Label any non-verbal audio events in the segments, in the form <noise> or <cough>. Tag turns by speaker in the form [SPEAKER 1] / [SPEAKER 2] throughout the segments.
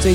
[SPEAKER 1] 最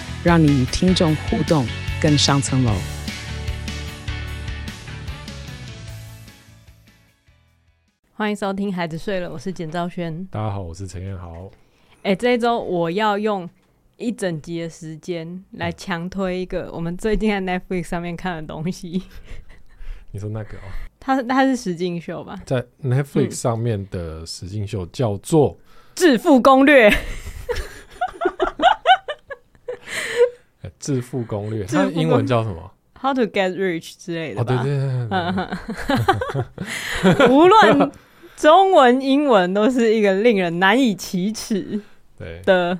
[SPEAKER 1] 让你与听众互动更上层楼。
[SPEAKER 2] 欢迎收听《孩子睡了》，我是简兆轩。
[SPEAKER 3] 大家好，我是陈彦豪。
[SPEAKER 2] 哎，这一周我要用一整集的时间来强推一个我们最近在 Netflix 上面看的东西， <laughs>
[SPEAKER 3] 你说那个哦，
[SPEAKER 2] 它它是实境秀吧，
[SPEAKER 3] 在 Netflix 上面的实境秀叫做
[SPEAKER 2] 《致富攻略》。
[SPEAKER 3] 呃《致富攻略》，
[SPEAKER 2] 致富
[SPEAKER 3] 它的英文
[SPEAKER 2] 攻
[SPEAKER 3] 叫什么？
[SPEAKER 2] How to get rich 之类的
[SPEAKER 3] 哦，对
[SPEAKER 2] 吧，
[SPEAKER 3] 对对对
[SPEAKER 2] 对
[SPEAKER 3] 对，
[SPEAKER 2] <laughs> 无论中文、英文都是一个令人难以启齿
[SPEAKER 3] 对，
[SPEAKER 2] 的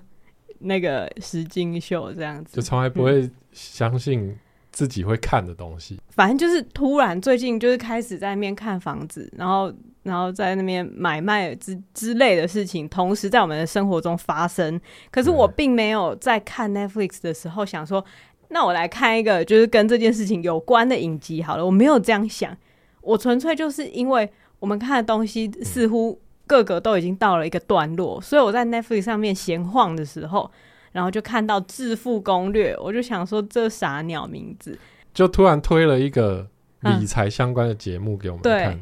[SPEAKER 2] 那个实境秀，这样子
[SPEAKER 3] 就。从来不会相信自己会看的东西。
[SPEAKER 2] 反正就是突然最近就是开始在那边看房子，然后然后在那边买卖之之类的事情，同时在我们的生活中发生。可是我
[SPEAKER 3] 对
[SPEAKER 2] 并没有在看 Netflix 的时候想说，那我来看一个就是跟这件事情有关的影集好了，我没有这样想，我纯粹就是因为我们看的东西似乎各个都已经到了一个段落，所以我在 Netflix 上面闲晃的时候。然后就看到《致富攻略》，我就想说这啥鸟名字，
[SPEAKER 3] 就突然推了一个
[SPEAKER 2] 嗯
[SPEAKER 3] 理财相关的节目给我们
[SPEAKER 2] 对
[SPEAKER 3] 看，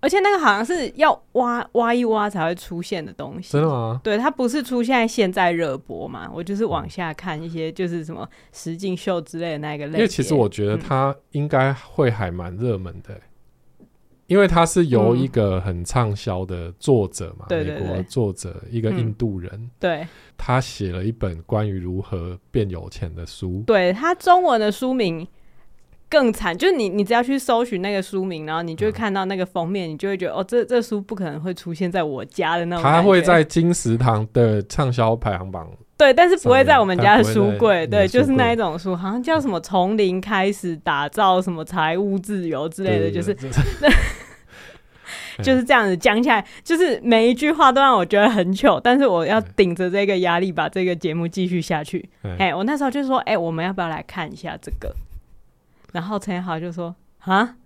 [SPEAKER 2] 而且那个好像是要挖挖一挖才会出现的东西。
[SPEAKER 3] 真的吗？
[SPEAKER 2] 对，它不是出现在现在热播嘛？我就是往下看一些就是什么实境秀之类的那个类别。嗯
[SPEAKER 3] 因为其实我觉得它应该会还蛮热门的欸、因为它是由
[SPEAKER 2] 嗯
[SPEAKER 3] 一个很畅销的作者嘛，
[SPEAKER 2] 对对
[SPEAKER 3] 美国
[SPEAKER 2] 对
[SPEAKER 3] 作者，一个
[SPEAKER 2] 嗯
[SPEAKER 3] 印度人，
[SPEAKER 2] 对
[SPEAKER 3] 他写了一本关于如何变有钱的书。
[SPEAKER 2] 对，它中文的书名更惨，就是你你只要去搜寻那个书名，然后你就会看到那个封面，你就会觉得哦，这这书不可能会出现在我家的那种感觉。
[SPEAKER 3] 他会在金石堂的畅销排行
[SPEAKER 2] <laughs>
[SPEAKER 3] 榜，
[SPEAKER 2] 对，但是不会在我们家的
[SPEAKER 3] 上
[SPEAKER 2] 书
[SPEAKER 3] 面它不会在
[SPEAKER 2] 柜，
[SPEAKER 3] 你的
[SPEAKER 2] 对，
[SPEAKER 3] 书
[SPEAKER 2] 就是那
[SPEAKER 3] 柜
[SPEAKER 2] 一种书，好像叫什么从零开始打造什么财务自由之类的，就是
[SPEAKER 3] 对对嗯
[SPEAKER 2] 就是这样子讲起来，就是每一句话都让我觉得很糗，但是我要顶着这个压力把这个节目继续下去。
[SPEAKER 3] 对
[SPEAKER 2] 哎、我那时候就说，哎、我们要不要来看一下这个？然后陈彦豪就说，啊，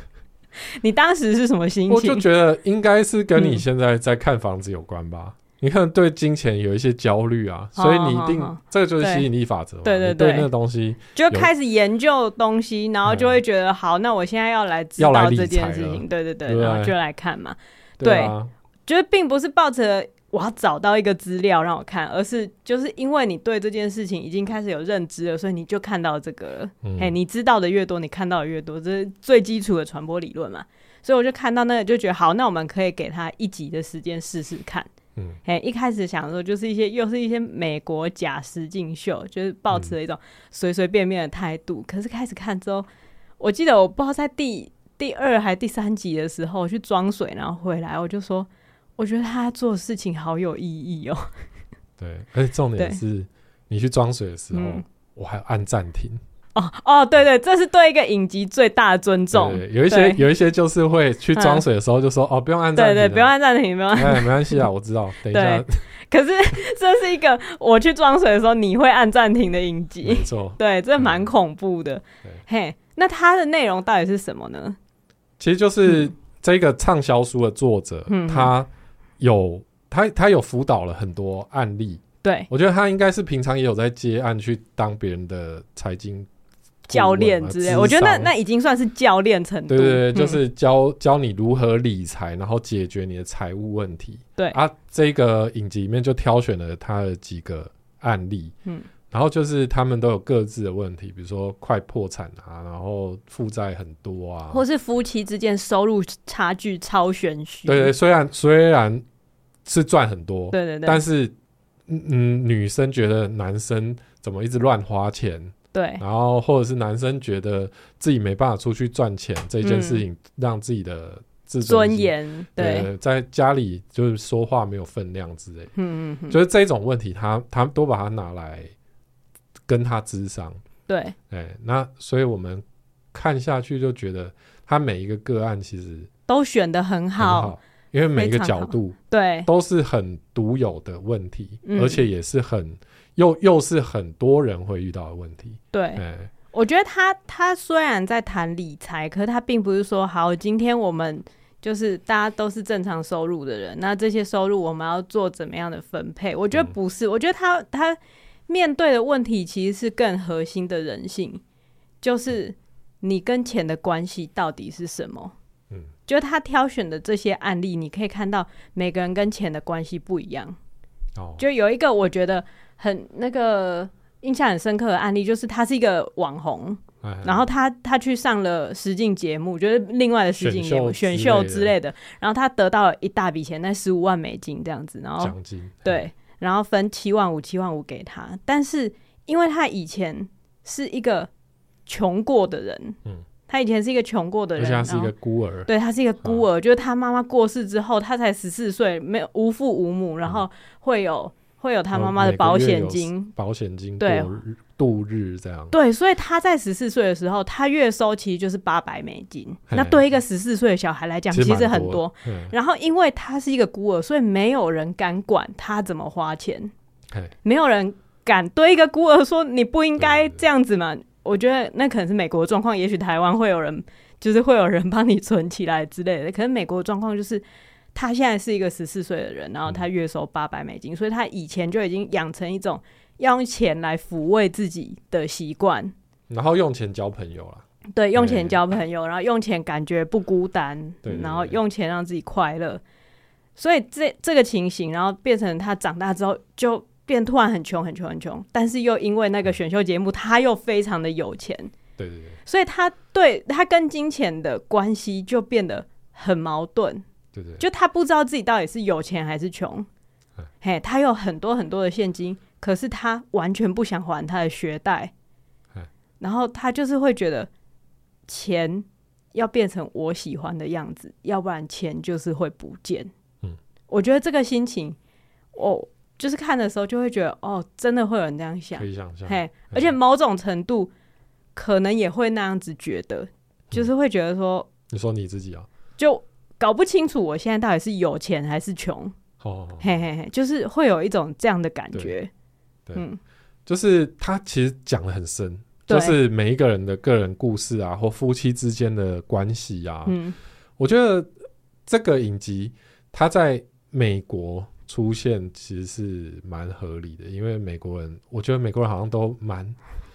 [SPEAKER 2] <laughs> 你当时是什么心
[SPEAKER 3] 我就
[SPEAKER 2] 情？
[SPEAKER 3] 觉得应该是跟你
[SPEAKER 2] 嗯
[SPEAKER 3] 现在在看房子有关吧。你可能对金钱有一些焦虑啊，
[SPEAKER 2] 好
[SPEAKER 3] 所以你一
[SPEAKER 2] 好
[SPEAKER 3] 定
[SPEAKER 2] 好
[SPEAKER 3] 这个就是
[SPEAKER 2] 对
[SPEAKER 3] 吸引力法则嘛。
[SPEAKER 2] 对对
[SPEAKER 3] 你
[SPEAKER 2] 对
[SPEAKER 3] 对，那个东西
[SPEAKER 2] 就开始研究东西，然后就会觉得，好，那我现在要来知
[SPEAKER 3] 嗯要来
[SPEAKER 2] 道
[SPEAKER 3] 理
[SPEAKER 2] 这件
[SPEAKER 3] 财
[SPEAKER 2] 事
[SPEAKER 3] 了
[SPEAKER 2] 情，对对对，
[SPEAKER 3] 对
[SPEAKER 2] 然后就来看嘛。
[SPEAKER 3] 啊，
[SPEAKER 2] 就是并不是抱着我要找到一个资料让我看，而是就是因为你对这件事情已经开始有认知了，所以你就看到这个了。
[SPEAKER 3] 嗯
[SPEAKER 2] 哎、你知道的越多，你看到的越多，这是最基础的传播理论嘛。所以我就看到那个，就觉得好，那我们可以给他一集的时间试试看。
[SPEAKER 3] 嗯，
[SPEAKER 2] 哎、一开始想说就是一些又是一些美国假实境秀，就是抱持了一种随随便便的态度。可是开始看之后，我记得我不知道在第第二还第三集的时候我去装水，然后回来我就说，我觉得他做的事情好有意义哦。 <laughs>
[SPEAKER 3] 对，而且重点
[SPEAKER 2] 对
[SPEAKER 3] 是你去装水的时候
[SPEAKER 2] 嗯，
[SPEAKER 3] 我还按暂停。
[SPEAKER 2] 哦哦，对对，这是对一个影集最大的尊重。
[SPEAKER 3] 对，有一些
[SPEAKER 2] 对
[SPEAKER 3] 有一些就是会去装
[SPEAKER 2] 嗯
[SPEAKER 3] 水的时候就说哦，不用按暂
[SPEAKER 2] 对
[SPEAKER 3] 停
[SPEAKER 2] 对，
[SPEAKER 3] 了，
[SPEAKER 2] 不用按暂停，不用按
[SPEAKER 3] 哎，没关系啊，我知道，等
[SPEAKER 2] <laughs>
[SPEAKER 3] 一下，
[SPEAKER 2] 可是这是一个我去装水的时候你会按暂停的影集
[SPEAKER 3] <laughs> 没，错。
[SPEAKER 2] 对，这蛮恐怖的
[SPEAKER 3] 嗯对。
[SPEAKER 2] 嘿，那它的内容到底是什么呢？
[SPEAKER 3] 其实就是这个畅销书的作者，
[SPEAKER 2] 嗯
[SPEAKER 3] 他有他他有辅导了很多案例，
[SPEAKER 2] 对，
[SPEAKER 3] 我觉得他应该是平常也有在接案去当别人的财经顾问嘛
[SPEAKER 2] 教练之类，我觉得那
[SPEAKER 3] 咨商
[SPEAKER 2] 那已经算是教练程度。
[SPEAKER 3] 对对对，就
[SPEAKER 2] 嗯
[SPEAKER 3] 是教教你如何理财，然后解决你的财务问题。
[SPEAKER 2] 对
[SPEAKER 3] 啊，这个影集里面就挑选了他的几个案例，
[SPEAKER 2] 嗯
[SPEAKER 3] 嗯，然后就是他们都有各自的问题，比如说快破产啊，然后负债很多啊，
[SPEAKER 2] 或是夫妻之间收入差距超悬殊。
[SPEAKER 3] 对对，虽然虽然是赚很多，
[SPEAKER 2] 对对对，
[SPEAKER 3] 但是嗯嗯，女生觉得男生怎么一直乱花钱，
[SPEAKER 2] 对
[SPEAKER 3] 然后或者是男生觉得自己没办法出去赚钱这件事情，让自己的自尊
[SPEAKER 2] 嗯尊
[SPEAKER 3] 心
[SPEAKER 2] 严，对，嗯
[SPEAKER 3] 呃在家里就是说话没有分量之类，
[SPEAKER 2] 嗯嗯嗯，
[SPEAKER 3] 就是这种问题他，他都把它拿来跟他智商。
[SPEAKER 2] 对，
[SPEAKER 3] 哎，那所以我们看下去就觉得他每一个个案其实
[SPEAKER 2] 都选的很
[SPEAKER 3] 很
[SPEAKER 2] 好，
[SPEAKER 3] 好，因为每一
[SPEAKER 2] 非
[SPEAKER 3] 个
[SPEAKER 2] 常
[SPEAKER 3] 角
[SPEAKER 2] 好
[SPEAKER 3] 度
[SPEAKER 2] 对
[SPEAKER 3] 都是很独有的问题，
[SPEAKER 2] 嗯
[SPEAKER 3] 而且也是很又又是很多人会遇到的问题。
[SPEAKER 2] 对。
[SPEAKER 3] 哎，
[SPEAKER 2] 我觉得他他虽然在谈理财，可是他并不是说好，今天我们就是大家都是正常收入的人，那这些收入我们要做怎么样的分配？我觉得
[SPEAKER 3] 嗯
[SPEAKER 2] 不是，我觉得他他面对的问题其实是更核心的人性，就是你跟钱的关系到底是什么？
[SPEAKER 3] 嗯，
[SPEAKER 2] 就是他挑选的这些案例，你可以看到每个人跟钱的关系不一样。
[SPEAKER 3] 哦，
[SPEAKER 2] 就有一个我觉得很那个印象很深刻的案例，就是他是一个网红，
[SPEAKER 3] 哎
[SPEAKER 2] 然后他他去上了实境节目，就是另外的实境节目
[SPEAKER 3] 选秀
[SPEAKER 2] 选秀
[SPEAKER 3] 之类的
[SPEAKER 2] 之类的，然后他得到了一大笔钱，那十五万美金这样子，然后
[SPEAKER 3] 奖金，
[SPEAKER 2] 对，然后分七万五七万五给他，但是因为他以前是一个穷过的人，
[SPEAKER 3] 嗯
[SPEAKER 2] 他以前是一个穷过的
[SPEAKER 3] 而
[SPEAKER 2] 人，
[SPEAKER 3] 且他是一
[SPEAKER 2] 然
[SPEAKER 3] 个
[SPEAKER 2] 后
[SPEAKER 3] 孤儿，嗯
[SPEAKER 2] 对他是一个孤儿，就是他妈妈过世之后，他才十四岁，没有无父无母，然后会有会有他
[SPEAKER 3] 然后
[SPEAKER 2] 妈妈的
[SPEAKER 3] 嗯哦每个
[SPEAKER 2] 保
[SPEAKER 3] 月
[SPEAKER 2] 险
[SPEAKER 3] 有
[SPEAKER 2] 金，
[SPEAKER 3] 保险金
[SPEAKER 2] 对
[SPEAKER 3] 过日度日这样，
[SPEAKER 2] 对，所以他在十四岁的时候，他月收其实就是八百美金。
[SPEAKER 3] 嘿
[SPEAKER 2] 那对一个十四岁的小孩来讲，其实
[SPEAKER 3] 蛮
[SPEAKER 2] 很
[SPEAKER 3] 多
[SPEAKER 2] 多。
[SPEAKER 3] 的，嗯
[SPEAKER 2] 然后因为他是一个孤儿，所以没有人敢管他怎么花钱，
[SPEAKER 3] 嘿
[SPEAKER 2] 没有人敢对一个孤儿说你不应该这样子嘛。我觉得那可能是美国的状况，也许台湾会有人就是会有人帮你存起来之类的。可是美国的状况就是。他现在是一个十四岁的人，然后
[SPEAKER 3] 嗯
[SPEAKER 2] 他月收八百美金，所以他以前就已经养成一种要用钱来抚慰自己的习惯。
[SPEAKER 3] 然后用钱交朋友啦，
[SPEAKER 2] 对，用
[SPEAKER 3] 对
[SPEAKER 2] 钱交朋友，然后用钱感觉不孤单，
[SPEAKER 3] 对对
[SPEAKER 2] 然后
[SPEAKER 3] 对
[SPEAKER 2] 用钱让自己快乐。所以这这个情形，然后变成他长大之后就变突然很穷很穷很穷，但是又因为那个选秀节目，他又非常的有钱，
[SPEAKER 3] 对对对，
[SPEAKER 2] 所以他对他跟金钱的关系就变得很矛盾，
[SPEAKER 3] 对对，
[SPEAKER 2] 就他不知道自己到底是有钱还是穷
[SPEAKER 3] 嗯。
[SPEAKER 2] 嘿，他有很多很多的现金，可是他完全不想还他的学贷
[SPEAKER 3] 嗯，
[SPEAKER 2] 然后他就是会觉得钱要变成我喜欢的样子，要不然钱就是会不见。
[SPEAKER 3] 嗯，
[SPEAKER 2] 我觉得这个心情，我就是看的时候就会觉得，哦，真的会有人这样想
[SPEAKER 3] 可，以想嗯象，
[SPEAKER 2] 嘿，而且某种程度可能也会那样子觉
[SPEAKER 3] 嗯
[SPEAKER 2] 得，就是会觉得说，
[SPEAKER 3] 你说你自己啊，
[SPEAKER 2] 就搞不清楚我现在到底是有钱还是穷，
[SPEAKER 3] 哦，哦哦
[SPEAKER 2] 嘿嘿嘿，就是会有一种这样的感觉。
[SPEAKER 3] 对
[SPEAKER 2] 嗯，
[SPEAKER 3] 就是他其实讲的很深，
[SPEAKER 2] 对
[SPEAKER 3] 就是每一个人的个人故事啊，或夫妻之间的关系啊，
[SPEAKER 2] 嗯，
[SPEAKER 3] 我觉得这个影集它在美国出现其实是蛮合理的，因为美国人，我觉得美国人好像都蛮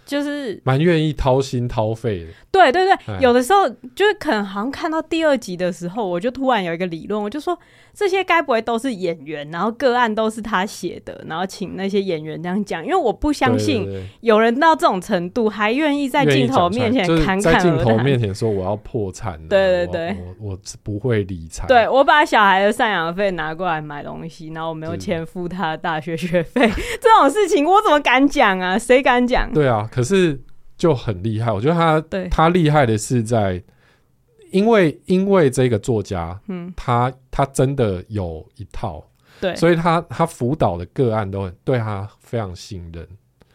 [SPEAKER 2] 就是
[SPEAKER 3] 蛮愿意掏心掏肺的，
[SPEAKER 2] 对对
[SPEAKER 3] 哎
[SPEAKER 2] 对，有的时候就是可能好像看到第二集的时候，我就突然有一个理论，我就说这些该不会都是演员，然后个案都是他写的，然后请那些演员这样讲，因为我不相
[SPEAKER 3] 对
[SPEAKER 2] 信
[SPEAKER 3] 对对
[SPEAKER 2] 有人到这种程度还愿意在
[SPEAKER 3] 愿意
[SPEAKER 2] 镜头
[SPEAKER 3] 讲出来
[SPEAKER 2] 面前
[SPEAKER 3] 就是
[SPEAKER 2] 侃
[SPEAKER 3] 在
[SPEAKER 2] 侃
[SPEAKER 3] 镜
[SPEAKER 2] 而
[SPEAKER 3] 头面
[SPEAKER 2] 谈。
[SPEAKER 3] 前说我要破产了，
[SPEAKER 2] 对对
[SPEAKER 3] 我
[SPEAKER 2] 对
[SPEAKER 3] 我我是不会理财，
[SPEAKER 2] 对，我把小孩的赡养费拿过来买东西，然后我没有
[SPEAKER 3] 对
[SPEAKER 2] 钱付他的大学学费， <laughs> 这种事情我怎么敢讲啊？谁敢讲？
[SPEAKER 3] 对啊，可是就很厉害。我觉得他
[SPEAKER 2] 对
[SPEAKER 3] 他厉害的是在，因为因为这个作家，
[SPEAKER 2] 嗯，
[SPEAKER 3] 他他真的有一套，
[SPEAKER 2] 对
[SPEAKER 3] 所以他他辅导的个案都很对他非常信任，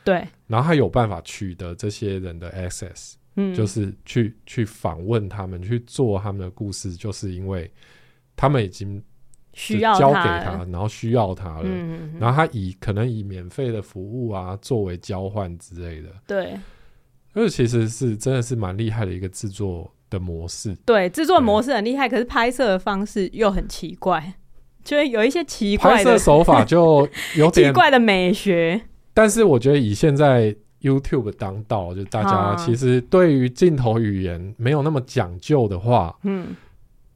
[SPEAKER 2] 对，
[SPEAKER 3] 然后他有办法取得这些人的 access，、
[SPEAKER 2] 嗯，
[SPEAKER 3] 就是去去访问他们，去做他们的故事，就是因为他们已经
[SPEAKER 2] 需要
[SPEAKER 3] 交给
[SPEAKER 2] 他
[SPEAKER 3] 他，，然后需要他了。
[SPEAKER 2] 嗯，
[SPEAKER 3] 然后他以可能以免费的服务啊作为交换之类的，
[SPEAKER 2] 对
[SPEAKER 3] 因为其实是真的是蛮厉害的一个制作的模式，
[SPEAKER 2] 对，制作
[SPEAKER 3] 对
[SPEAKER 2] 模式很厉害，可是拍摄的方式又很奇怪，就是有一些奇
[SPEAKER 3] 拍
[SPEAKER 2] 怪
[SPEAKER 3] 摄
[SPEAKER 2] 的
[SPEAKER 3] 手法就有
[SPEAKER 2] <laughs> 奇
[SPEAKER 3] 点，
[SPEAKER 2] 怪的美学，
[SPEAKER 3] 但是我觉得以现在 YouTube 当道，就大家
[SPEAKER 2] 啊
[SPEAKER 3] 其实对于镜头语言没有那么讲究的话，
[SPEAKER 2] 嗯，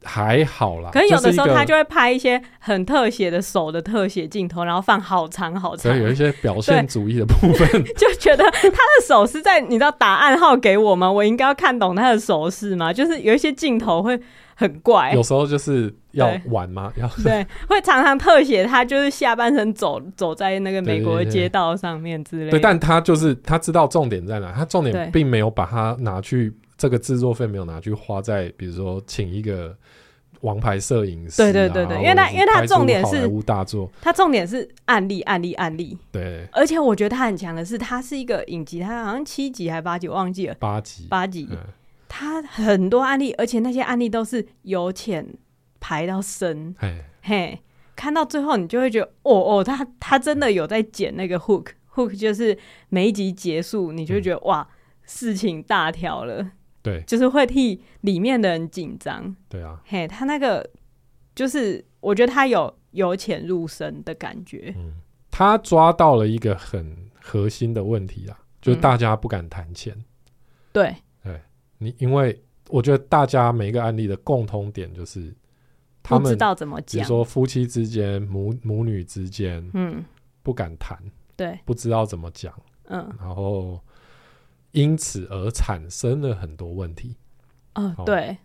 [SPEAKER 3] 还好啦。
[SPEAKER 2] 可是有的时候
[SPEAKER 3] 啊是一个
[SPEAKER 2] 他就会拍一些很特写的手的特写镜头，然后放好长好长
[SPEAKER 3] 所，以有一些表现主义的部分，
[SPEAKER 2] <laughs> 就觉得他的手是在你知道打暗号给我吗？我应该要看懂他的手势吗？就是有一些镜头会很怪，
[SPEAKER 3] <laughs> 有时候就是要
[SPEAKER 2] 对
[SPEAKER 3] 玩嘛，要
[SPEAKER 2] 对，会常常特写他就是下半身走走在那个
[SPEAKER 3] 对
[SPEAKER 2] 美
[SPEAKER 3] 对
[SPEAKER 2] 国的
[SPEAKER 3] 对
[SPEAKER 2] 街道上面之类的。
[SPEAKER 3] 对，但他就是他知道重点在哪，他重点
[SPEAKER 2] 对
[SPEAKER 3] 并没有把它拿去这个制作费没有拿去花在，比如说请一个王牌摄影师、啊，
[SPEAKER 2] 对对对对
[SPEAKER 3] 或者
[SPEAKER 2] 因为他
[SPEAKER 3] 是
[SPEAKER 2] 因为他
[SPEAKER 3] 拍出
[SPEAKER 2] 重点
[SPEAKER 3] 好莱
[SPEAKER 2] 是
[SPEAKER 3] 坞大作，
[SPEAKER 2] 它重点是案例案例案例，
[SPEAKER 3] 对
[SPEAKER 2] 而且我觉得它很强的是，它是一个影集，它好像七集还八集，我忘记了
[SPEAKER 3] 八集，
[SPEAKER 2] 八集，
[SPEAKER 3] 嗯，
[SPEAKER 2] 它很多案例，而且那些案例都是由浅排到深，
[SPEAKER 3] 哎，
[SPEAKER 2] 嘿，看到最后你就会觉得，哦哦，他他真的有在剪那个 hook，hook 就是每一集结束，你就会觉得、
[SPEAKER 3] 嗯
[SPEAKER 2] 哇，事情大条了，
[SPEAKER 3] 对
[SPEAKER 2] 就是会替里面的人紧张。
[SPEAKER 3] 对啊，
[SPEAKER 2] 嘿，他那个就是我觉得他有由浅入深的感觉，
[SPEAKER 3] 他抓到了一个很核心的问题啊，就是
[SPEAKER 2] 嗯
[SPEAKER 3] 大家不敢谈钱。
[SPEAKER 2] 对
[SPEAKER 3] 你因为我觉得大家每一个案例的共通点就是，他
[SPEAKER 2] 不知
[SPEAKER 3] 们
[SPEAKER 2] 道怎么
[SPEAKER 3] 比如
[SPEAKER 2] 讲，
[SPEAKER 3] 说夫妻之间、母母女之间
[SPEAKER 2] 嗯，
[SPEAKER 3] 不敢谈，
[SPEAKER 2] 对，
[SPEAKER 3] 不知道怎么讲，
[SPEAKER 2] 嗯，
[SPEAKER 3] 然后因此而产生了很多问题。
[SPEAKER 2] 哦
[SPEAKER 3] 好，
[SPEAKER 2] 对。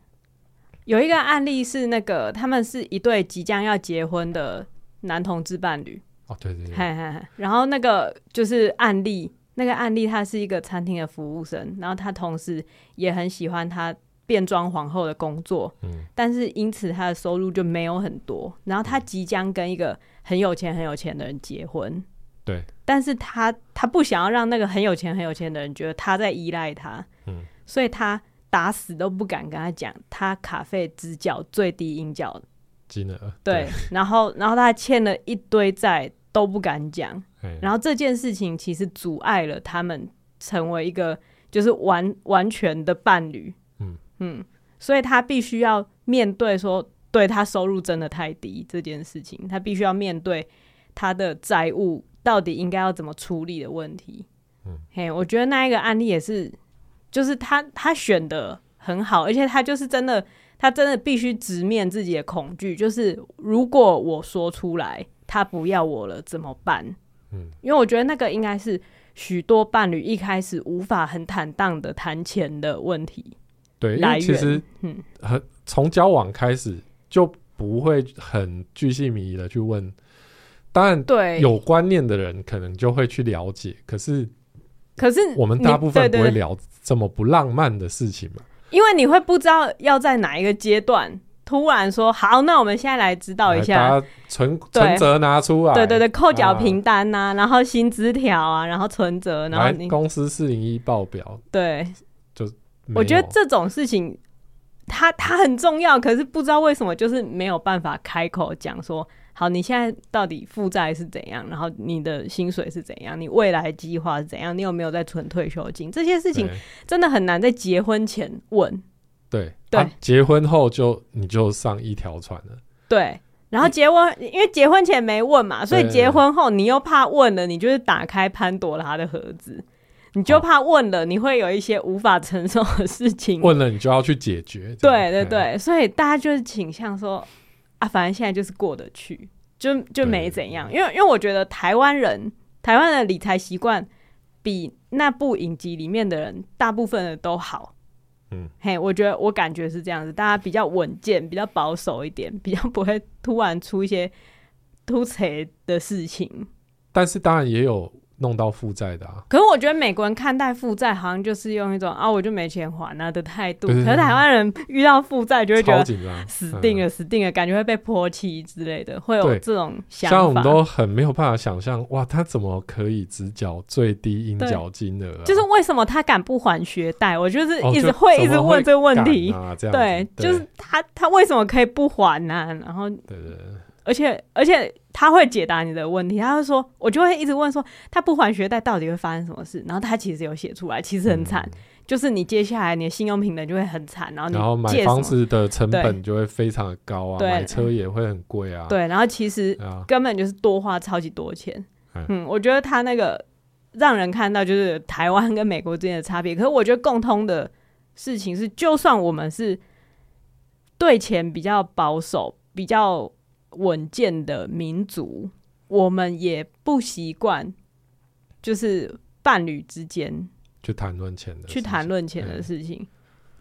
[SPEAKER 2] 有一个案例是那个，他们是一对即将要结婚的男同志伴侣，
[SPEAKER 3] 哦，对对对，
[SPEAKER 2] 嗨嗨嗨，然后那个就是案例，那个案例他是一个餐厅的服务生，然后他同时也很喜欢他变装皇后的工作，
[SPEAKER 3] 嗯，
[SPEAKER 2] 但是因此他的收入就没有很多。然后他即将跟一个很有钱很有钱的人结婚，
[SPEAKER 3] 对，
[SPEAKER 2] 但是他他不想要让那个很有钱很有钱的人觉得他在依赖他，
[SPEAKER 3] 嗯，
[SPEAKER 2] 所以他打死都不敢跟他讲他卡费只缴最低应缴
[SPEAKER 3] 金额
[SPEAKER 2] 对，，然后然后他欠了一堆债都不敢讲。
[SPEAKER 3] 哎，
[SPEAKER 2] 然后这件事情其实阻碍了他们成为一个就是完完全的伴侣。
[SPEAKER 3] 嗯
[SPEAKER 2] 所以他必须要面对说，对他收入真的太低这件事情，他必须要面对他的债务到底应该要怎么处理的问题。
[SPEAKER 3] 嗯，
[SPEAKER 2] 嘿，我觉得那一个案例也是，就是他他选的很好，而且他就是真的，他真的必须直面自己的恐惧，就是如果我说出来，他不要我了怎么办？
[SPEAKER 3] 嗯，
[SPEAKER 2] 因为我觉得那个应该是许多伴侣一开始无法很坦荡的谈钱的问题
[SPEAKER 3] 对，因
[SPEAKER 2] 来
[SPEAKER 3] 为其
[SPEAKER 2] 源。
[SPEAKER 3] 实
[SPEAKER 2] 嗯，
[SPEAKER 3] 很从交往开始就不会很巨细靡遗的去问，当然。
[SPEAKER 2] 对，
[SPEAKER 3] 有观念的人可能就会去了解，可是
[SPEAKER 2] 可是
[SPEAKER 3] 我们
[SPEAKER 2] 嗯你
[SPEAKER 3] 大部分不
[SPEAKER 2] 对
[SPEAKER 3] 会
[SPEAKER 2] 对对，
[SPEAKER 3] 聊这么不浪漫的事情嘛。
[SPEAKER 2] 因为你会不知道要在哪一个阶段突然说好，那我们现在来指导一下，
[SPEAKER 3] 来，把存
[SPEAKER 2] 对
[SPEAKER 3] 存折拿出来，
[SPEAKER 2] 对对对，扣缴凭单呐、然后薪资条啊，然后存折，然后
[SPEAKER 3] 来
[SPEAKER 2] 你
[SPEAKER 3] 公司四零一报表，
[SPEAKER 2] 对，
[SPEAKER 3] 没
[SPEAKER 2] 我觉得
[SPEAKER 3] 有
[SPEAKER 2] 这种事情它它很重要，可是不知道为什么就是没有办法开口讲说。好，你现在到底负债是怎样？然后你的薪水是怎样？你未来计划是怎样？你有没有在存退休金？这些事情
[SPEAKER 3] 对
[SPEAKER 2] 真的很难在结婚前问。
[SPEAKER 3] 对
[SPEAKER 2] 对
[SPEAKER 3] 啊结婚后就你就上一条船了，
[SPEAKER 2] 对，然后结婚，因为结婚前没问嘛，所以
[SPEAKER 3] 对
[SPEAKER 2] 结婚后你又怕问了，你就是打开潘多拉的盒子，你就
[SPEAKER 3] 哦
[SPEAKER 2] 怕问了，你会有一些无法承受的事情。
[SPEAKER 3] 问了你就要去解决。
[SPEAKER 2] 嗯
[SPEAKER 3] 这
[SPEAKER 2] 对
[SPEAKER 3] 样
[SPEAKER 2] 对，
[SPEAKER 3] 哎
[SPEAKER 2] 对，所以大家就是倾向说啊，反正现在就是过得去，就就没怎样。因为因为我觉得台湾人台湾的理财习惯比那部影集里面的人大部分的都好。
[SPEAKER 3] 嗯，
[SPEAKER 2] 嘿，我觉得我感觉是这样子，大家比较稳健，比较保守一点，比较不会突然出一些突锤的事情。
[SPEAKER 3] 但是当然也有弄到负债的啊，
[SPEAKER 2] 可是我觉得美国人看待负债好像就是用一种啊我就没钱还啊的态度，
[SPEAKER 3] 对
[SPEAKER 2] 可是台湾人遇到负债就会觉
[SPEAKER 3] 超
[SPEAKER 2] 得
[SPEAKER 3] 紧张，
[SPEAKER 2] 死定了，
[SPEAKER 3] 嗯。
[SPEAKER 2] 死定了，感觉会被泼漆之类的，会有
[SPEAKER 3] 对
[SPEAKER 2] 这种想
[SPEAKER 3] 像我
[SPEAKER 2] 法。
[SPEAKER 3] 们都很没有办法想象，哇，他怎么可以只缴最低应缴金额啊？
[SPEAKER 2] 就是为什么他敢不还学贷？我就是
[SPEAKER 3] 哦
[SPEAKER 2] 一直
[SPEAKER 3] 就
[SPEAKER 2] 会
[SPEAKER 3] 怎
[SPEAKER 2] 一直
[SPEAKER 3] 么
[SPEAKER 2] 问这个问题。
[SPEAKER 3] 敢啊，这样子
[SPEAKER 2] 对，就是他他为什么可以不还呢、然后
[SPEAKER 3] 对对对
[SPEAKER 2] 而且而且他会解答你的问题，他会说，我就会一直问说他不还学贷到底会发生什么事？然后他其实有写出来，其实很惨，
[SPEAKER 3] 嗯
[SPEAKER 2] 就是你接下来你的信用平等就会很惨，然后
[SPEAKER 3] 然后
[SPEAKER 2] 啊你
[SPEAKER 3] 买
[SPEAKER 2] 借什
[SPEAKER 3] 房
[SPEAKER 2] 么
[SPEAKER 3] 子的成
[SPEAKER 2] 对
[SPEAKER 3] 本就会非常的高啊，
[SPEAKER 2] 对
[SPEAKER 3] 买车也会很贵啊，
[SPEAKER 2] 对，然后其实
[SPEAKER 3] 啊，
[SPEAKER 2] 根本就是多花超级多钱
[SPEAKER 3] 嗯。
[SPEAKER 2] 嗯，我觉得他那个让人看到就是台湾跟美国之间的差别。可是我觉得共通的事情是，就算我们是对钱比较保守、比较稳健的民族，我们也不习惯就是伴侣之间
[SPEAKER 3] 去谈论钱的事情，
[SPEAKER 2] 去谈论钱的
[SPEAKER 3] 嗯
[SPEAKER 2] 事情。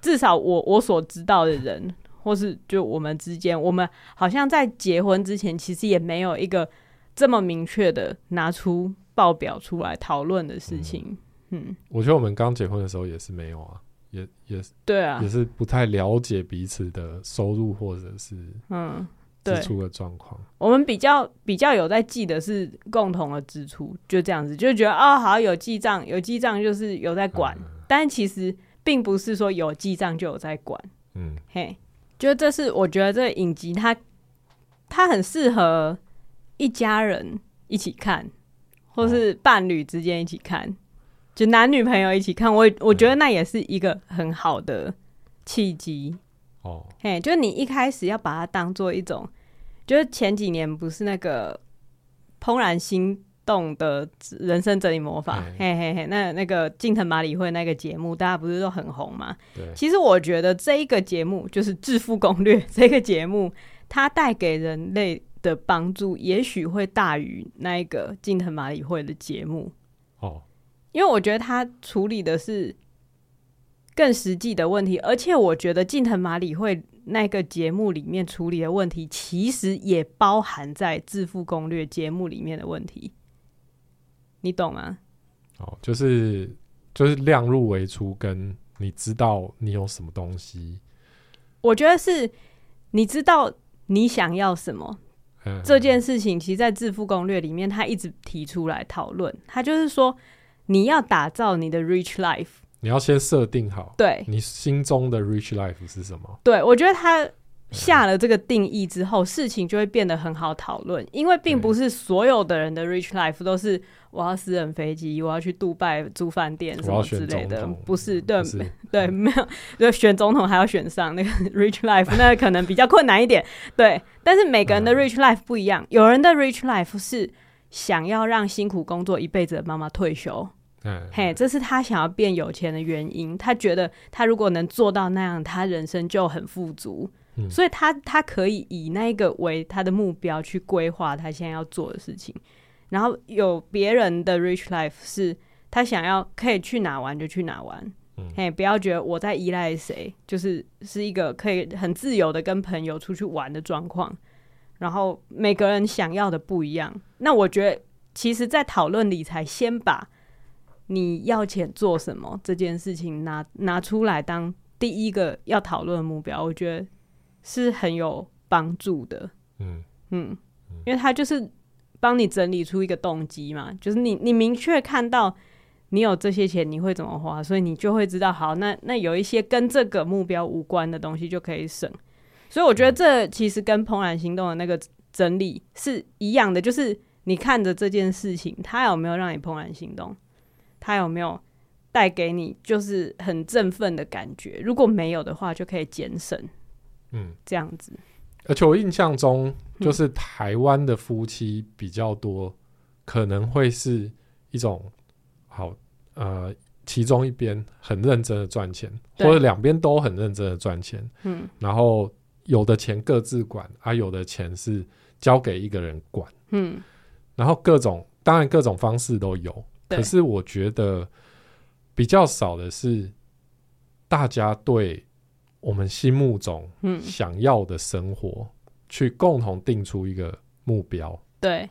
[SPEAKER 2] 至少我我所知道的人，或是就我们之间，我们好像在结婚之前，其实也没有一个这么明确的拿出报表出来讨论的事情。嗯，
[SPEAKER 3] 我觉得我们刚结婚的时候也是没有啊，也也
[SPEAKER 2] 对啊
[SPEAKER 3] 也，是不太了解彼此的收入或者是
[SPEAKER 2] 嗯，对
[SPEAKER 3] 支，出的状况。
[SPEAKER 2] 我们比较比较有在记的是共同的支出，就这样子，就觉得哦，好有记账，有记账就是有在管，
[SPEAKER 3] 嗯
[SPEAKER 2] 但其实并不是说有记账就有在管。
[SPEAKER 3] 嗯，
[SPEAKER 2] 嘿，就这是我觉得这个影集它它很适合一家人一起看，或是伴侣之间一起看，就男女朋友一起看。我我觉得那也是一个很好的契机。
[SPEAKER 3] 哦，
[SPEAKER 2] 嘿，就你一开始要把它当做一种，就是前几年不是那个怦然心动的人生整理魔法，嘿嘿嘿，那那个近藤麻里惠那个节目，大家不是都很红吗？
[SPEAKER 3] 对，
[SPEAKER 2] 其实我觉得这一个节目就是《致富攻略》 <laughs> 这个节目，它带给人类的帮助，也许会大于那一个近藤麻里惠的节目，
[SPEAKER 3] 哦，
[SPEAKER 2] 因为我觉得它处理的是更实际的问题，而且我觉得近藤麻里惠那个节目里面处理的问题，其实也包含在《致富攻略》节目里面的问题，你懂吗？
[SPEAKER 3] 哦，就是就是量入为出，跟你知道你有什么东西，
[SPEAKER 2] 我觉得是你知道你想要什么，
[SPEAKER 3] 嗯，
[SPEAKER 2] 这件事情，其实，在《致富攻略》里面，他一直提出来讨论。他就是说，你要打造你的 rich life
[SPEAKER 3] 你要先设定好
[SPEAKER 2] 对。
[SPEAKER 3] 你心中的 rich life 是什么。
[SPEAKER 2] 对我觉得他下了这个定义之后，事情就会变得很好讨论，因为并不是所有的人的 rich life 都是我要私人飞机，我要去杜拜住饭店什
[SPEAKER 3] 我要
[SPEAKER 2] 么之
[SPEAKER 3] 选
[SPEAKER 2] 类
[SPEAKER 3] 总
[SPEAKER 2] 的
[SPEAKER 3] 统，，
[SPEAKER 2] 不是对
[SPEAKER 3] 不是
[SPEAKER 2] 对，没有，就选总统还要选上那个 <laughs> rich life，那可能比较困难一点。对，但是每个人的
[SPEAKER 3] 嗯
[SPEAKER 2] rich life 不一样，有人的 rich life 是想要让辛苦工作一辈子的妈妈退休，
[SPEAKER 3] 嗯，
[SPEAKER 2] 嘿，这是他想要变有钱的原因。他觉得他如果能做到那样，他人生就很富足，
[SPEAKER 3] 嗯
[SPEAKER 2] 所以他他可以以那个为他的目标去规划他现在要做的事情。然后有别人的 rich life 是他想要可以去哪玩就去哪玩，
[SPEAKER 3] 嗯
[SPEAKER 2] 嘿，不要觉得我在依赖谁，就是是一个可以很自由的跟朋友出去玩的状况。然后每个人想要的不一样，那我觉得其实，在讨论理财，先把你要钱做什么这件事情拿拿出来当第一个要讨论的目标，我觉得是很有帮助的。
[SPEAKER 3] 嗯，
[SPEAKER 2] 嗯，因为它就是帮你整理出一个动机嘛，就是你你明确看到你有这些钱，你会怎么花，所以你就会知道，好，那那有一些跟这个目标无关的东西就可以省。所以我觉得这其实跟《怦然心动》的那个整理是一样的，就是你看着这件事情，它有没有让你怦然心动，它有没有带给你就是很振奋的感觉。如果没有的话，就可以减省。
[SPEAKER 3] 嗯，
[SPEAKER 2] 这样子。
[SPEAKER 3] 而且我印象中，
[SPEAKER 2] 嗯
[SPEAKER 3] 就是台湾的夫妻比较多，可能会是一种好呃，其中一边很认真的赚钱，或
[SPEAKER 2] 对
[SPEAKER 3] 者两边都很认真的赚钱，
[SPEAKER 2] 嗯
[SPEAKER 3] 然后有的钱各自管，啊，有的钱是交给一个人管，
[SPEAKER 2] 嗯
[SPEAKER 3] 然后各种当然各种方式都有，
[SPEAKER 2] 对
[SPEAKER 3] 可是我觉得比较少的是大家对我们心目中
[SPEAKER 2] 嗯，
[SPEAKER 3] 想要的生活，去共同定出一个目标
[SPEAKER 2] 对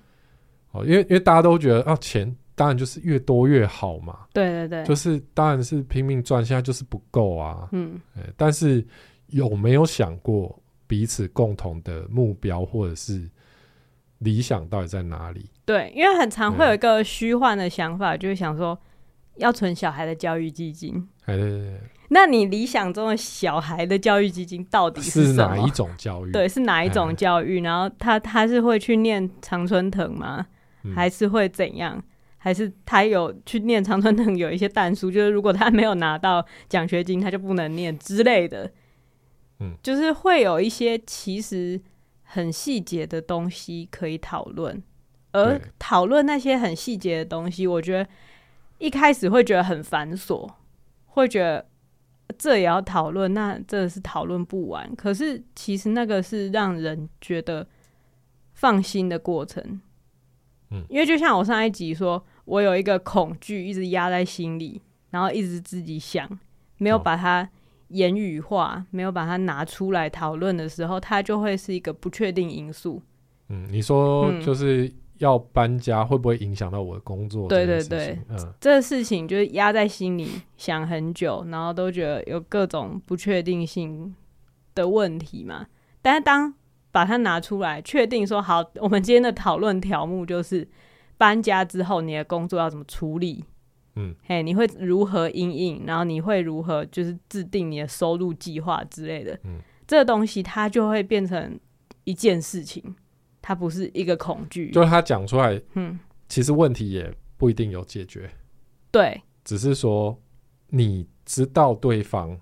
[SPEAKER 3] 哦。因为因为大家都觉得啊，钱当然就是越多越好嘛，
[SPEAKER 2] 对对对，
[SPEAKER 3] 就是当然是拼命赚，现在就是不够啊。
[SPEAKER 2] 嗯
[SPEAKER 3] 哎但是有没有想过彼此共同的目标或者是理想到底在哪里？
[SPEAKER 2] 对，因为很常会有一个虚幻的想法，就是想说要存小孩的教育基金。
[SPEAKER 3] 哎，对对对
[SPEAKER 2] 那你理想中的小孩的教育基金到底
[SPEAKER 3] 是
[SPEAKER 2] 什
[SPEAKER 3] 哪一
[SPEAKER 2] 么？
[SPEAKER 3] 种教育？
[SPEAKER 2] 对，是哪一种
[SPEAKER 3] 嗯
[SPEAKER 2] 教育？然后他他是会去念常春藤吗？
[SPEAKER 3] 嗯，
[SPEAKER 2] 还是会怎样？还是他有去念常春藤有一些淡书，就是如果他没有拿到奖学金，他就不能念之类的。
[SPEAKER 3] 嗯，
[SPEAKER 2] 就是会有一些其实很细节的东西可以讨论，而
[SPEAKER 3] 对
[SPEAKER 2] 讨论那些很细节的东西，我觉得一开始会觉得很繁琐，会觉得这也要讨论，那真的是讨论不完。可是其实那个是让人觉得放心的过程。
[SPEAKER 3] 嗯
[SPEAKER 2] 因为就像我上一集说，我有一个恐惧一直压在心里，然后一直自己想，没有
[SPEAKER 3] 哦
[SPEAKER 2] 把它言语化，没有把它拿出来讨论的时候，它就会是一个不确定因素。
[SPEAKER 3] 嗯，你说
[SPEAKER 2] 嗯
[SPEAKER 3] 就是要搬家会不会影响到我的工作？
[SPEAKER 2] 对
[SPEAKER 3] 这件
[SPEAKER 2] 对
[SPEAKER 3] 事情，嗯，
[SPEAKER 2] 这事情就是压在心里想很久，然后都觉得有各种不确定性的问题嘛。但是当把它拿出来，确定说好，我们今天的讨论条目就是搬家之后你的工作要怎么处理。
[SPEAKER 3] 嗯，
[SPEAKER 2] 嘿，你会如何应应？然后你会如何就是制定你的收入计划之类的？
[SPEAKER 3] 嗯，
[SPEAKER 2] 这个东西它就会变成一件事情，它不是一个恐惧。
[SPEAKER 3] 就是他讲出来，
[SPEAKER 2] 嗯，
[SPEAKER 3] 其实问题也不一定有解决，
[SPEAKER 2] 对，
[SPEAKER 3] 只是说你知道对方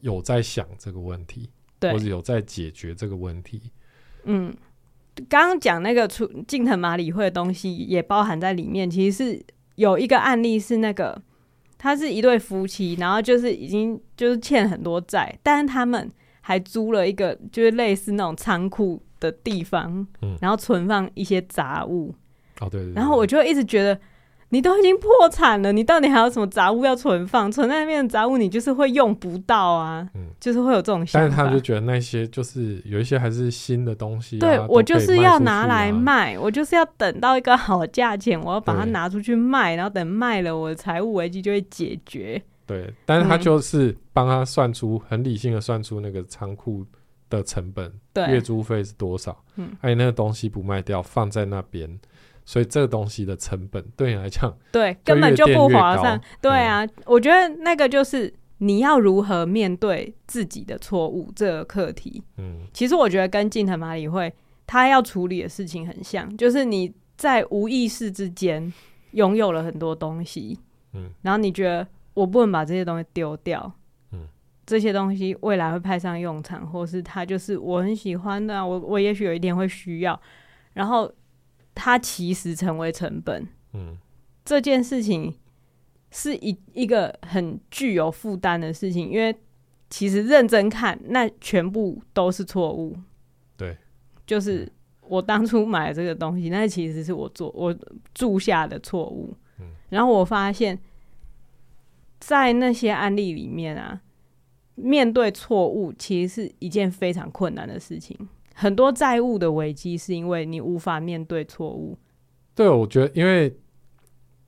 [SPEAKER 3] 有在想这个问题，
[SPEAKER 2] 对
[SPEAKER 3] 或者有在解决这个问题。
[SPEAKER 2] 嗯，刚刚讲那个出近藤麻里惠的东西也包含在里面。其实是有一个案例是那个，他是一对夫妻，然后就是已经就是欠很多债，但是他们还租了一个就是类似那种仓库的地方，
[SPEAKER 3] 嗯
[SPEAKER 2] 然后存放一些杂物。
[SPEAKER 3] 哦，对对对
[SPEAKER 2] 然后我就一直觉得。你都已经破产了，你到底还有什么杂物要存放？存在那边的杂物，你就是会用不到啊，
[SPEAKER 3] 嗯
[SPEAKER 2] 就是会有这种想
[SPEAKER 3] 但
[SPEAKER 2] 法。
[SPEAKER 3] 是他们就觉得那些就是有一些还是新的东西啊、
[SPEAKER 2] 对
[SPEAKER 3] 都
[SPEAKER 2] 我
[SPEAKER 3] 可以
[SPEAKER 2] 就是
[SPEAKER 3] 卖
[SPEAKER 2] 要
[SPEAKER 3] 出
[SPEAKER 2] 拿
[SPEAKER 3] 去
[SPEAKER 2] 来
[SPEAKER 3] 啊。
[SPEAKER 2] 卖，我就是要等到一个好价钱，我要把它
[SPEAKER 3] 对
[SPEAKER 2] 拿出去卖，然后等卖了，我的财务危机就会解决。
[SPEAKER 3] 对，但是他
[SPEAKER 2] 嗯
[SPEAKER 3] 就是帮他算出、很理性的算出那个仓库的成本，月
[SPEAKER 2] 对
[SPEAKER 3] 租费是多少，
[SPEAKER 2] 嗯
[SPEAKER 3] 而且那个东西不卖掉，放在那边，所以这个东西的成本对你来讲，
[SPEAKER 2] 对，根本
[SPEAKER 3] 越
[SPEAKER 2] 就
[SPEAKER 3] 垫
[SPEAKER 2] 不
[SPEAKER 3] 越
[SPEAKER 2] 划
[SPEAKER 3] 高嗯
[SPEAKER 2] 算。对啊，我觉得那个就是你要如何面对自己的错误这个课题。
[SPEAKER 3] 嗯，
[SPEAKER 2] 其实我觉得跟近藤麻里惠他要处理的事情很像，就是你在无意识之间拥有了很多东西，
[SPEAKER 3] 嗯，
[SPEAKER 2] 然后你觉得我不能把这些东西丢掉，
[SPEAKER 3] 嗯，
[SPEAKER 2] 这些东西未来会派上用场，或是它就是我很喜欢的啊、我我也许有一天会需要，然后它其实成为成本，
[SPEAKER 3] 嗯，
[SPEAKER 2] 这件事情是一一个很具有负担的事情，因为其实认真看，那全部都是错误。
[SPEAKER 3] 对，嗯
[SPEAKER 2] 就是我当初买这个东西，那其实是我做我注下的错误。
[SPEAKER 3] 嗯
[SPEAKER 2] 然后我发现，在那些案例里面啊，面对错误其实是一件非常困难的事情。很多债务的危机是因为你无法面对错误。
[SPEAKER 3] 对，我觉得因为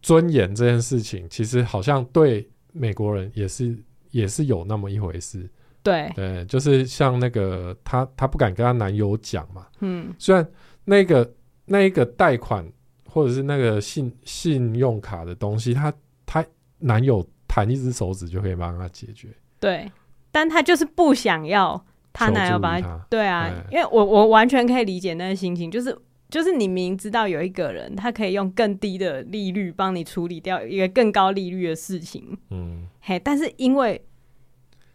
[SPEAKER 3] 尊严这件事情，其实好像对美国人也是也是有那么一回事，
[SPEAKER 2] 对，
[SPEAKER 3] 对，就是像那个她她不敢跟她男友讲嘛，
[SPEAKER 2] 嗯，
[SPEAKER 3] 虽然那个那一个贷款或者是那个信信用卡的东西，她她男友弹一只手指就可以帮她解决，
[SPEAKER 2] 对，但她就是不想要，她
[SPEAKER 3] 求
[SPEAKER 2] 哪有
[SPEAKER 3] 助于
[SPEAKER 2] 把它
[SPEAKER 3] 她
[SPEAKER 2] 对啊
[SPEAKER 3] 哎，
[SPEAKER 2] 因为我我完全可以理解那个心情，就是就是你明知道有一个人，他可以用更低的利率帮你处理掉一个更高利率的事情，
[SPEAKER 3] 嗯，
[SPEAKER 2] 嘿，但是因为